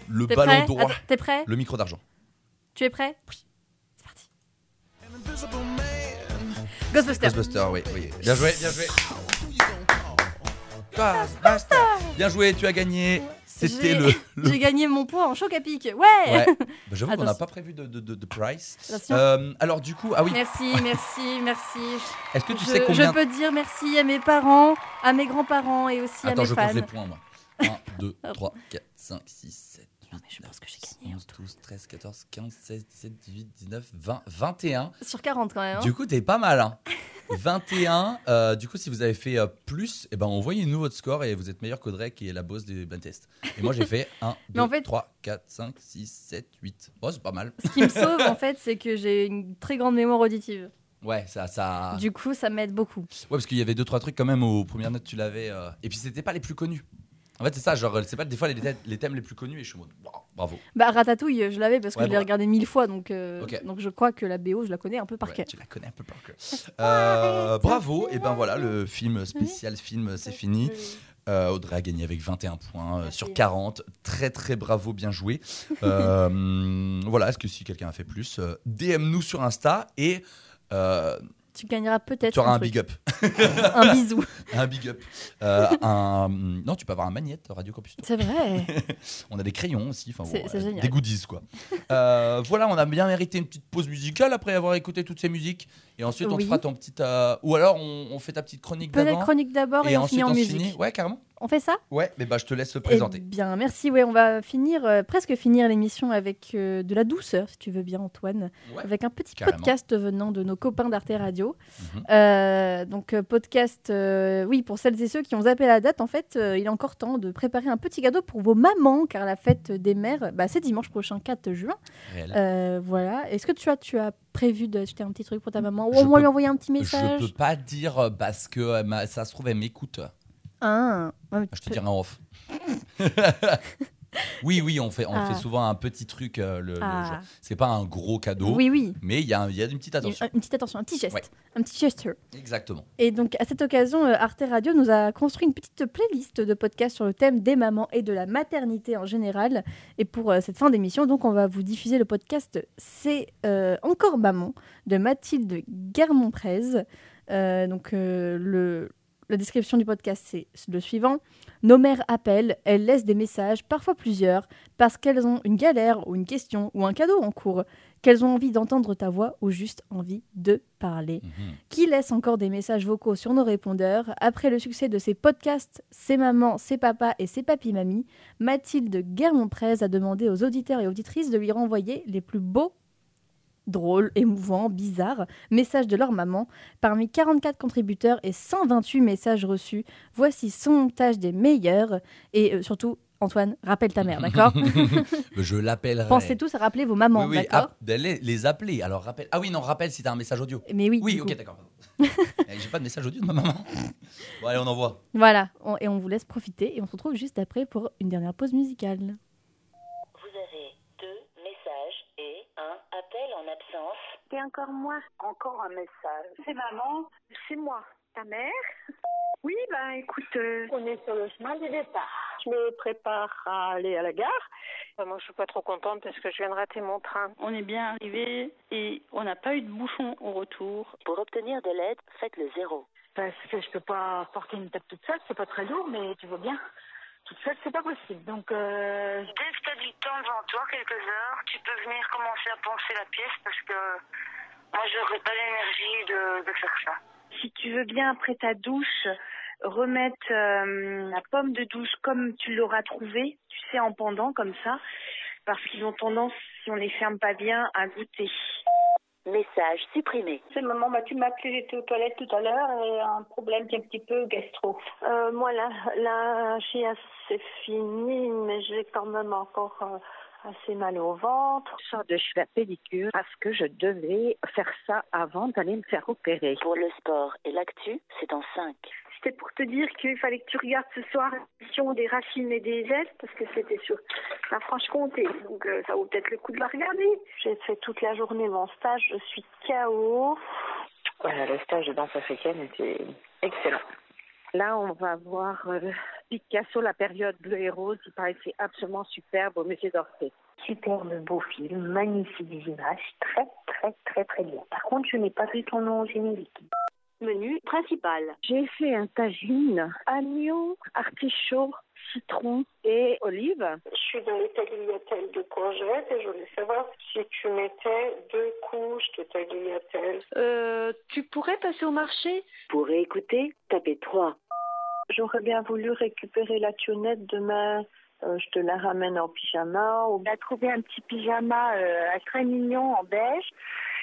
C: le
B: T'es
C: ballon
B: prêt
C: droit.
B: Attends, T'es prêt
C: Le micro d'argent.
B: Tu es prêt Oui. C'est parti. Ghostbusters.
C: Ghostbuster, oui, oui. Bien joué, bien joué. Ghostbuster Bien joué, tu as gagné C'était
B: J'ai-
C: le. le-
B: J'ai gagné mon point en choc à pic. Ouais.
C: Ouais. Bah, J'avoue qu'on n'a
B: Attention.
C: pas prévu de, de, de- de price.
B: Attention.
C: Euh, alors, du coup, ah oui,
B: Merci, merci, merci.
C: est-ce que tu
B: je,
C: sais combien.
B: je peux dire merci à mes parents, à mes grands-parents et aussi à
C: Attends,
B: mes
C: je
B: fans.
C: compte les points, moi. 1, 2, 3, 4, 5, 6, 7, 8,
B: mais je
C: 9,
B: pense que j'ai gagné en
C: 11, 12, 13, 14, 15, 16, 17, 18, 19, 20, 21.
B: Sur 40 quand même. hein.
C: Du coup, t'es pas mal. Hein. 21. euh, du coup, si vous avez fait euh, plus, eh ben, envoyez-nous votre score et vous êtes meilleur qu'Audrey qui est la boss des blind tests. Et moi, j'ai fait 1, 2,
B: Mais en fait-
C: 3, 4, 5, 6, 7, 8. Bon, Oh, c'est pas mal.
B: Ce qui me sauve en fait, c'est que j'ai une très grande mémoire auditive.
C: Ouais, ça. ça...
B: Du coup, ça m'aide beaucoup.
C: Ouais, parce qu'il y avait deux trois trucs quand même aux premières notes, tu l'avais. euh, Et puis, c'était pas les plus connus. En fait, c'est ça, genre, c'est pas des fois les thèmes, les thèmes les plus connus et je suis en mode, waouh, bravo.
B: Bah Ratatouille, je l'avais parce que
C: Ouais,
B: je l'ai
C: bon.
B: regardé mille fois, donc euh,
C: Ok.
B: donc je crois que la BO, je la connais un peu par
C: Ouais,
B: cœur.
C: tu la connais un peu par cœur. Euh, bravo, et ben voilà, le film spécial film, c'est fini. Euh, Audrey a gagné avec 21 points euh,
B: Merci.
C: sur 40. Très très bravo, bien joué. Euh, hum, voilà, est-ce que si quelqu'un a fait plus, euh, DM-nous sur Insta et euh,
B: Tu gagneras peut-être
C: tu auras un
B: truc.
C: big up.
B: un bisou.
C: Un big up. Euh, un, non, tu peux avoir un magnète euh, Radio Campus Tour.
B: C'est vrai.
C: On a des crayons aussi, enfin, bon,
B: C'est- c'est
C: euh,
B: génial.
C: des goodies quoi. Euh, voilà, on a bien mérité une petite pause musicale après avoir écouté toutes ces musiques. Et ensuite, on te
B: Oui.
C: fera ton petit. euh, ou alors, on, on fait ta petite chronique
B: Peut-être
C: d'avant.
B: chronique d'abord et, on finit en
C: se
B: musique.
C: Ouais, carrément.
B: On fait ça
C: Ouais, mais bah, je te laisse le
B: Eh
C: présenter.
B: bien, merci. Ouais, on va finir, euh, presque finir l'émission avec euh, de la douceur, si tu veux bien, Antoine,
C: Ouais.
B: avec un petit
C: Carrément.
B: podcast venant de nos copains d'Arte Radio.
C: Mhm.
B: Euh, donc, euh, podcast, euh, oui, pour celles et ceux qui ont zappé la date, en fait, euh, il est encore temps de préparer un petit cadeau pour vos mamans, car la fête des mères, bah, c'est dimanche prochain, 4 juin.
C: Réel.
B: Euh, voilà. Est-ce que tu as, tu as prévu d'acheter un petit truc pour ta maman ou
C: Je
B: au moins
C: peux-
B: lui envoyer un petit
C: Je
B: message
C: peux pas dire euh, parce que euh, ma- ça se trouve elle m'écoute.
B: Ah, ouais, mais tu
C: Je te
B: peux-
C: dirai en off. oui, oui, on fait, on
B: Ah.
C: fait souvent un petit truc euh, le, le
B: Ah.
C: jour. C'est pas un gros cadeau,
B: Oui, oui.
C: mais il y a, un- il y a une petite attention.
B: Une, une petite attention, un petit geste.
C: Ouais.
B: Un petit gesture.
C: Exactement.
B: Et donc, à cette occasion, euh, Arte Radio nous a construit une petite playlist de podcasts sur le thème des mamans et de la maternité en général. Et pour euh, cette fin d'émission, donc, on va vous diffuser le podcast C'est euh, encore maman de Mathilde Guermont-Prez. Euh, donc, euh, le- la description du podcast, c'est le suivant. Nos mères appellent, elles laissent des messages, parfois plusieurs, parce qu'elles ont une galère ou une question ou un cadeau en cours, qu'elles ont envie d'entendre ta voix ou juste envie de parler
C: Mhm.
B: qui laisse encore des messages vocaux sur nos répondeurs. Après le succès de ses podcasts C'est Maman, C'est Papa et C'est Papi Mamie, Mathilde Guermont-Prez a demandé aux auditeurs et auditrices de lui renvoyer les plus beaux, drôles, émouvants, bizarres messages de leur maman. Parmi 44 contributeurs et 128 messages reçus, voici son montage des meilleurs. Et euh, surtout, Antoine, rappelle ta mère, Ah, d'accord
C: Je l'appellerai.
B: Pensez tous à rappeler vos mamans,
C: Oui, ah. oui,
B: d'accord
C: app- les, les appeler. Alors rappelle. Ah oui, non, rappelle si t'as un message audio.
B: Mais oui,
C: Oui,
B: du coup.
C: ok, d'accord. Eh, J'ai pas de message audio de ma maman. Bon, allez, on envoie.
B: Voilà, on- et on vous laisse profiter et on se retrouve juste après pour une dernière pause musicale.
J: Vous avez deux messages et un appel en absence. Et encore moi. Encore un message. C'est maman. C'est moi. Ta mère Oui, ben écoute. On est sur le chemin du départ. Je me prépare à aller à la gare. Euh, moi, je suis pas trop contente parce que je viens de rater mon train.
E: On est bien arrivé et on n'a pas eu de bouchon au retour.
J: Pour obtenir de l'aide, faites le zéro. Parce que je peux pas porter une table toute seule, c'est pas très lourd, mais tu vois bien. Toute seule, c'est pas possible. Donc, euh... dès que t'as du temps devant toi, quelques heures, tu peux venir commencer à penser la pièce parce que moi, j'aurais pas l'énergie de, de faire ça. Si tu veux bien, après ta douche, remettre euh, la pomme de douche comme tu l'auras trouvée, tu sais, en pendant comme ça, parce qu'ils ont tendance, si on les ferme pas bien, à goûter. Message supprimé. C'est maman, bah, tu m'as appelé, j'étais aux toilettes tout à l'heure et un problème qui est un petit peu gastro. Euh, moi là, là, j'ai assez fini, mais j'ai quand même encore euh, assez mal au ventre. Je sors de chez la pédicure parce que je devais faire ça avant d'aller me faire opérer. Pour le sport et l'actu, c'est en 5. C'était pour te dire qu'il fallait que tu regardes ce soir l'émission des racines et des ailes parce que c'était sur la Franche-Comté. Donc euh, ça vaut peut-être le coup de la regarder. J'ai fait toute la journée mon stage, je suis KO. Voilà, le stage de danse africaine était excellent. Là, on va voir Picasso, la période bleue et rose, qui paraissait absolument superbe au musée d'Orsay. Superbe, beau film, magnifiques images, très, très, très, très bien. Par contre, je n'ai pas vu ton nom au générique. Menu principal. J'ai fait un tagine, agneau, artichaut, citron et olive. Je suis dans les tagliatelles de courgettes et je voulais savoir si tu mettais deux couches de tagliatelles. Euh, tu pourrais passer au marché
K: Pour écouter, tapez 3.
J: J'aurais bien voulu récupérer la tionnette demain. Euh, je te la ramène en pyjama. On a trouvé un petit pyjama euh, très mignon en beige.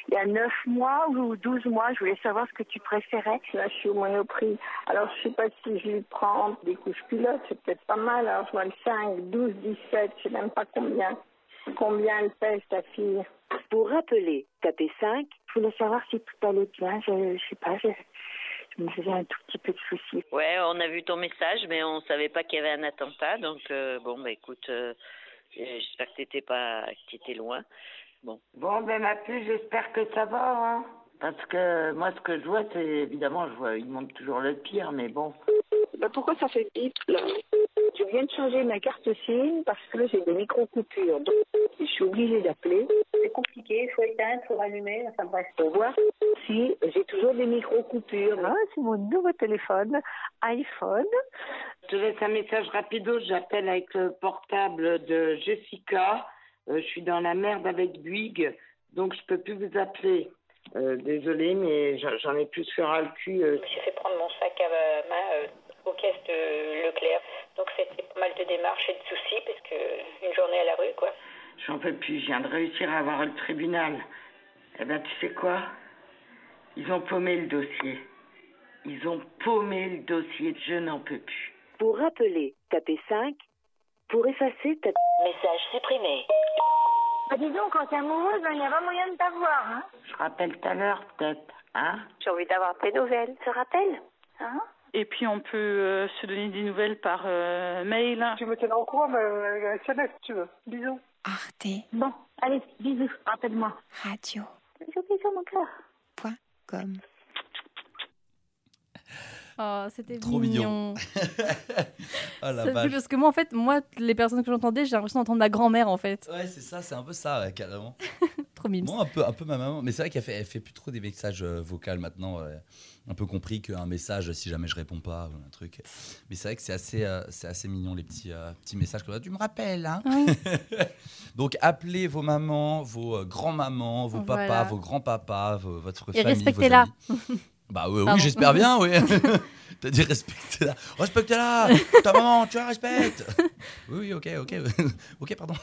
J: Il y a 9 mois ou 12 mois, je voulais savoir ce que tu préférais. Là, je suis au monoprix. Alors, je sais pas si je lui prends des couches culottes, c'est peut-être pas mal. Alors, je vois le 5, 12, 17, je sais même pas combien. Combien elle pèse, ta fille
K: Pour rappeler, tapez 5.
J: Je voulais savoir si tout allait bien. Je, je sais pas, je, je me faisais un tout petit peu de soucis.
L: Ouais, on a vu ton message, mais on savait pas qu'il y avait un attentat. Donc, euh, bon, bah écoute, euh, euh, j'espère que t'étais pas, que t'étais loin. Bon.
M: Bon, ben ma puce, j'espère que ça va, hein. Parce que moi, ce que je vois, c'est évidemment, je vois, il montre toujours le pire, mais bon.
J: Bah, pourquoi ça fait pip Je viens de changer ma carte SIM parce que j'ai des micro-coupures. Donc, je suis obligée d'appeler. C'est compliqué, il faut éteindre, il faut rallumer, enfin bref. Pour voir si j'ai toujours des micro-coupures. Ah, c'est mon nouveau téléphone, iPhone.
M: Je te laisse un message rapido, j'appelle avec le portable de Jessica. Euh, je suis dans la merde avec Bouygues, donc je peux plus vous appeler. Euh, désolée, mais j'en- j'en ai plus sur le cul. euh.
N: fait prendre mon sac à ma main euh, aux caisses de Leclerc. Donc c'était pas mal de démarches et de soucis parce que une journée à la rue, quoi.
M: J'en peux plus, je viens de réussir à avoir le tribunal. Eh ben, tu sais quoi Ils ont paumé le dossier. Ils ont paumé le dossier, je n'en peux plus.
K: Pour rappeler, tapez 5. Pour effacer, tapez...
N: Message supprimé.
J: Bah dis donc, quand t'es amoureuse, il n'y a pas moyen de t'avoir. Hein
M: Je rappelle tout à l'heure, peut-être, hein
N: J'ai envie d'avoir tes nouvelles, te rappelles hein Et puis on peut euh, se donner des nouvelles par euh, mail. Tu me tiens en courant,
J: SMS, tu veux. Bisous. Arte. Bon, allez, bisous. Rappelle-moi. Radio. Bisous, bisous, mon cœur.
B: Comme. Oh, c'était
C: Trop
B: mignon.
C: mignon. Ah, la
B: Ça-
C: vache.
B: parce que moi, en fait, moi, les personnes que j'entendais, j'ai l'impression d'entendre ma grand-mère, en fait.
C: Ouais, c'est ça, c'est un peu ça, ouais, carrément.
B: Trop mimes.
C: Moi, un peu, un peu ma maman. Mais c'est vrai qu'elle fait, elle fait plus trop des messages euh, vocaux maintenant. euh, un peu compris qu'un message, si jamais je réponds pas, ou un truc. Mais c'est vrai que c'est assez, euh, c'est assez mignon, les petits, euh, petits messages que tu me rappelles. Hein Donc, appelez vos mamans, vos euh, grands-mamans, vos papas,
B: Voilà.
C: vos grands-papas, vos- votre
B: Et
C: famille. vos
B: respectez-la.
C: amis. Bah ouais, oui,
B: Pardon.
C: j'espère bien, oui. T'as dit respectez-la. Respectez-la Ta maman, tu la respectes Oui, oui, ok, ok. ok, pardon.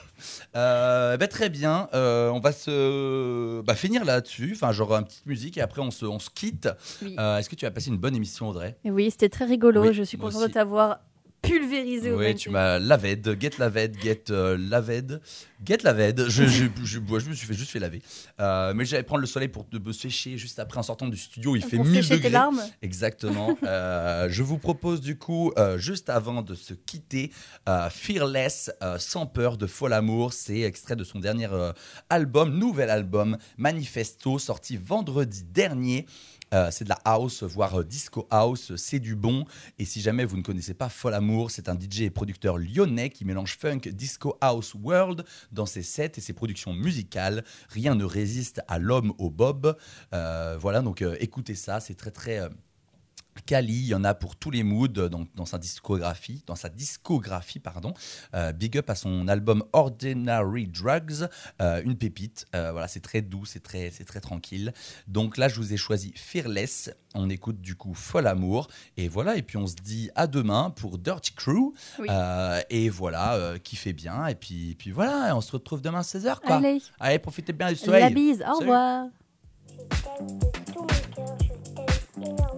C: Euh, bah, très bien. Euh, on va se bah, finir là-dessus. Enfin, genre une petite musique et après on se, on se quitte.
B: Oui.
C: Euh, Est-ce que tu as passé une bonne émission, Audrey
B: Et oui, c'était très rigolo.
C: Oui,
B: je suis
C: moi
B: contente de
C: aussi.
B: t'avoir pulvérisé au
C: Oui, tu m'as laved, get laved, get euh, laved, get laved. Je, je, je, moi, je me suis fait juste fait laver. Euh, mais j'allais prendre le soleil pour te- me sécher juste après en sortant du studio. Il fait
B: Euh, Pour
C: 1000
B: sécher tes
C: degrés.
B: larmes
C: Exactement. Euh, je vous propose du coup, euh, juste avant de se quitter, euh, Fearless, euh, sans peur de fol amour. C'est extrait de son dernier euh, album, nouvel album, Manifesto, sorti vendredi dernier. Euh, c'est de la house, voire euh, disco house, c'est du bon. Et si jamais vous ne connaissez pas Fol Amour, c'est un DJ et producteur lyonnais qui mélange funk, disco house, world dans ses sets et ses productions musicales. Rien ne résiste à l'homme au bob. Euh, voilà, donc euh, écoutez ça, c'est très très... euh, Kali, il y en a pour tous les moods euh, donc dans sa discographie, dans sa discographie pardon. Euh, big up à son album Ordinary Drugs, euh, une pépite. Euh, voilà, c'est très doux, c'est très, c'est très tranquille. Donc là, je vous ai choisi Fearless. On écoute du coup Fol Amour et voilà. Et puis on se dit à demain pour Dirty Crew.
B: Oui.
C: Euh, et voilà, euh, kiffez bien. Et puis, puis voilà, on se retrouve demain à 16h quoi.
B: Allez.
C: profitez bien du soleil.
B: La bise, au
C: Salut.
B: revoir.
J: énormément.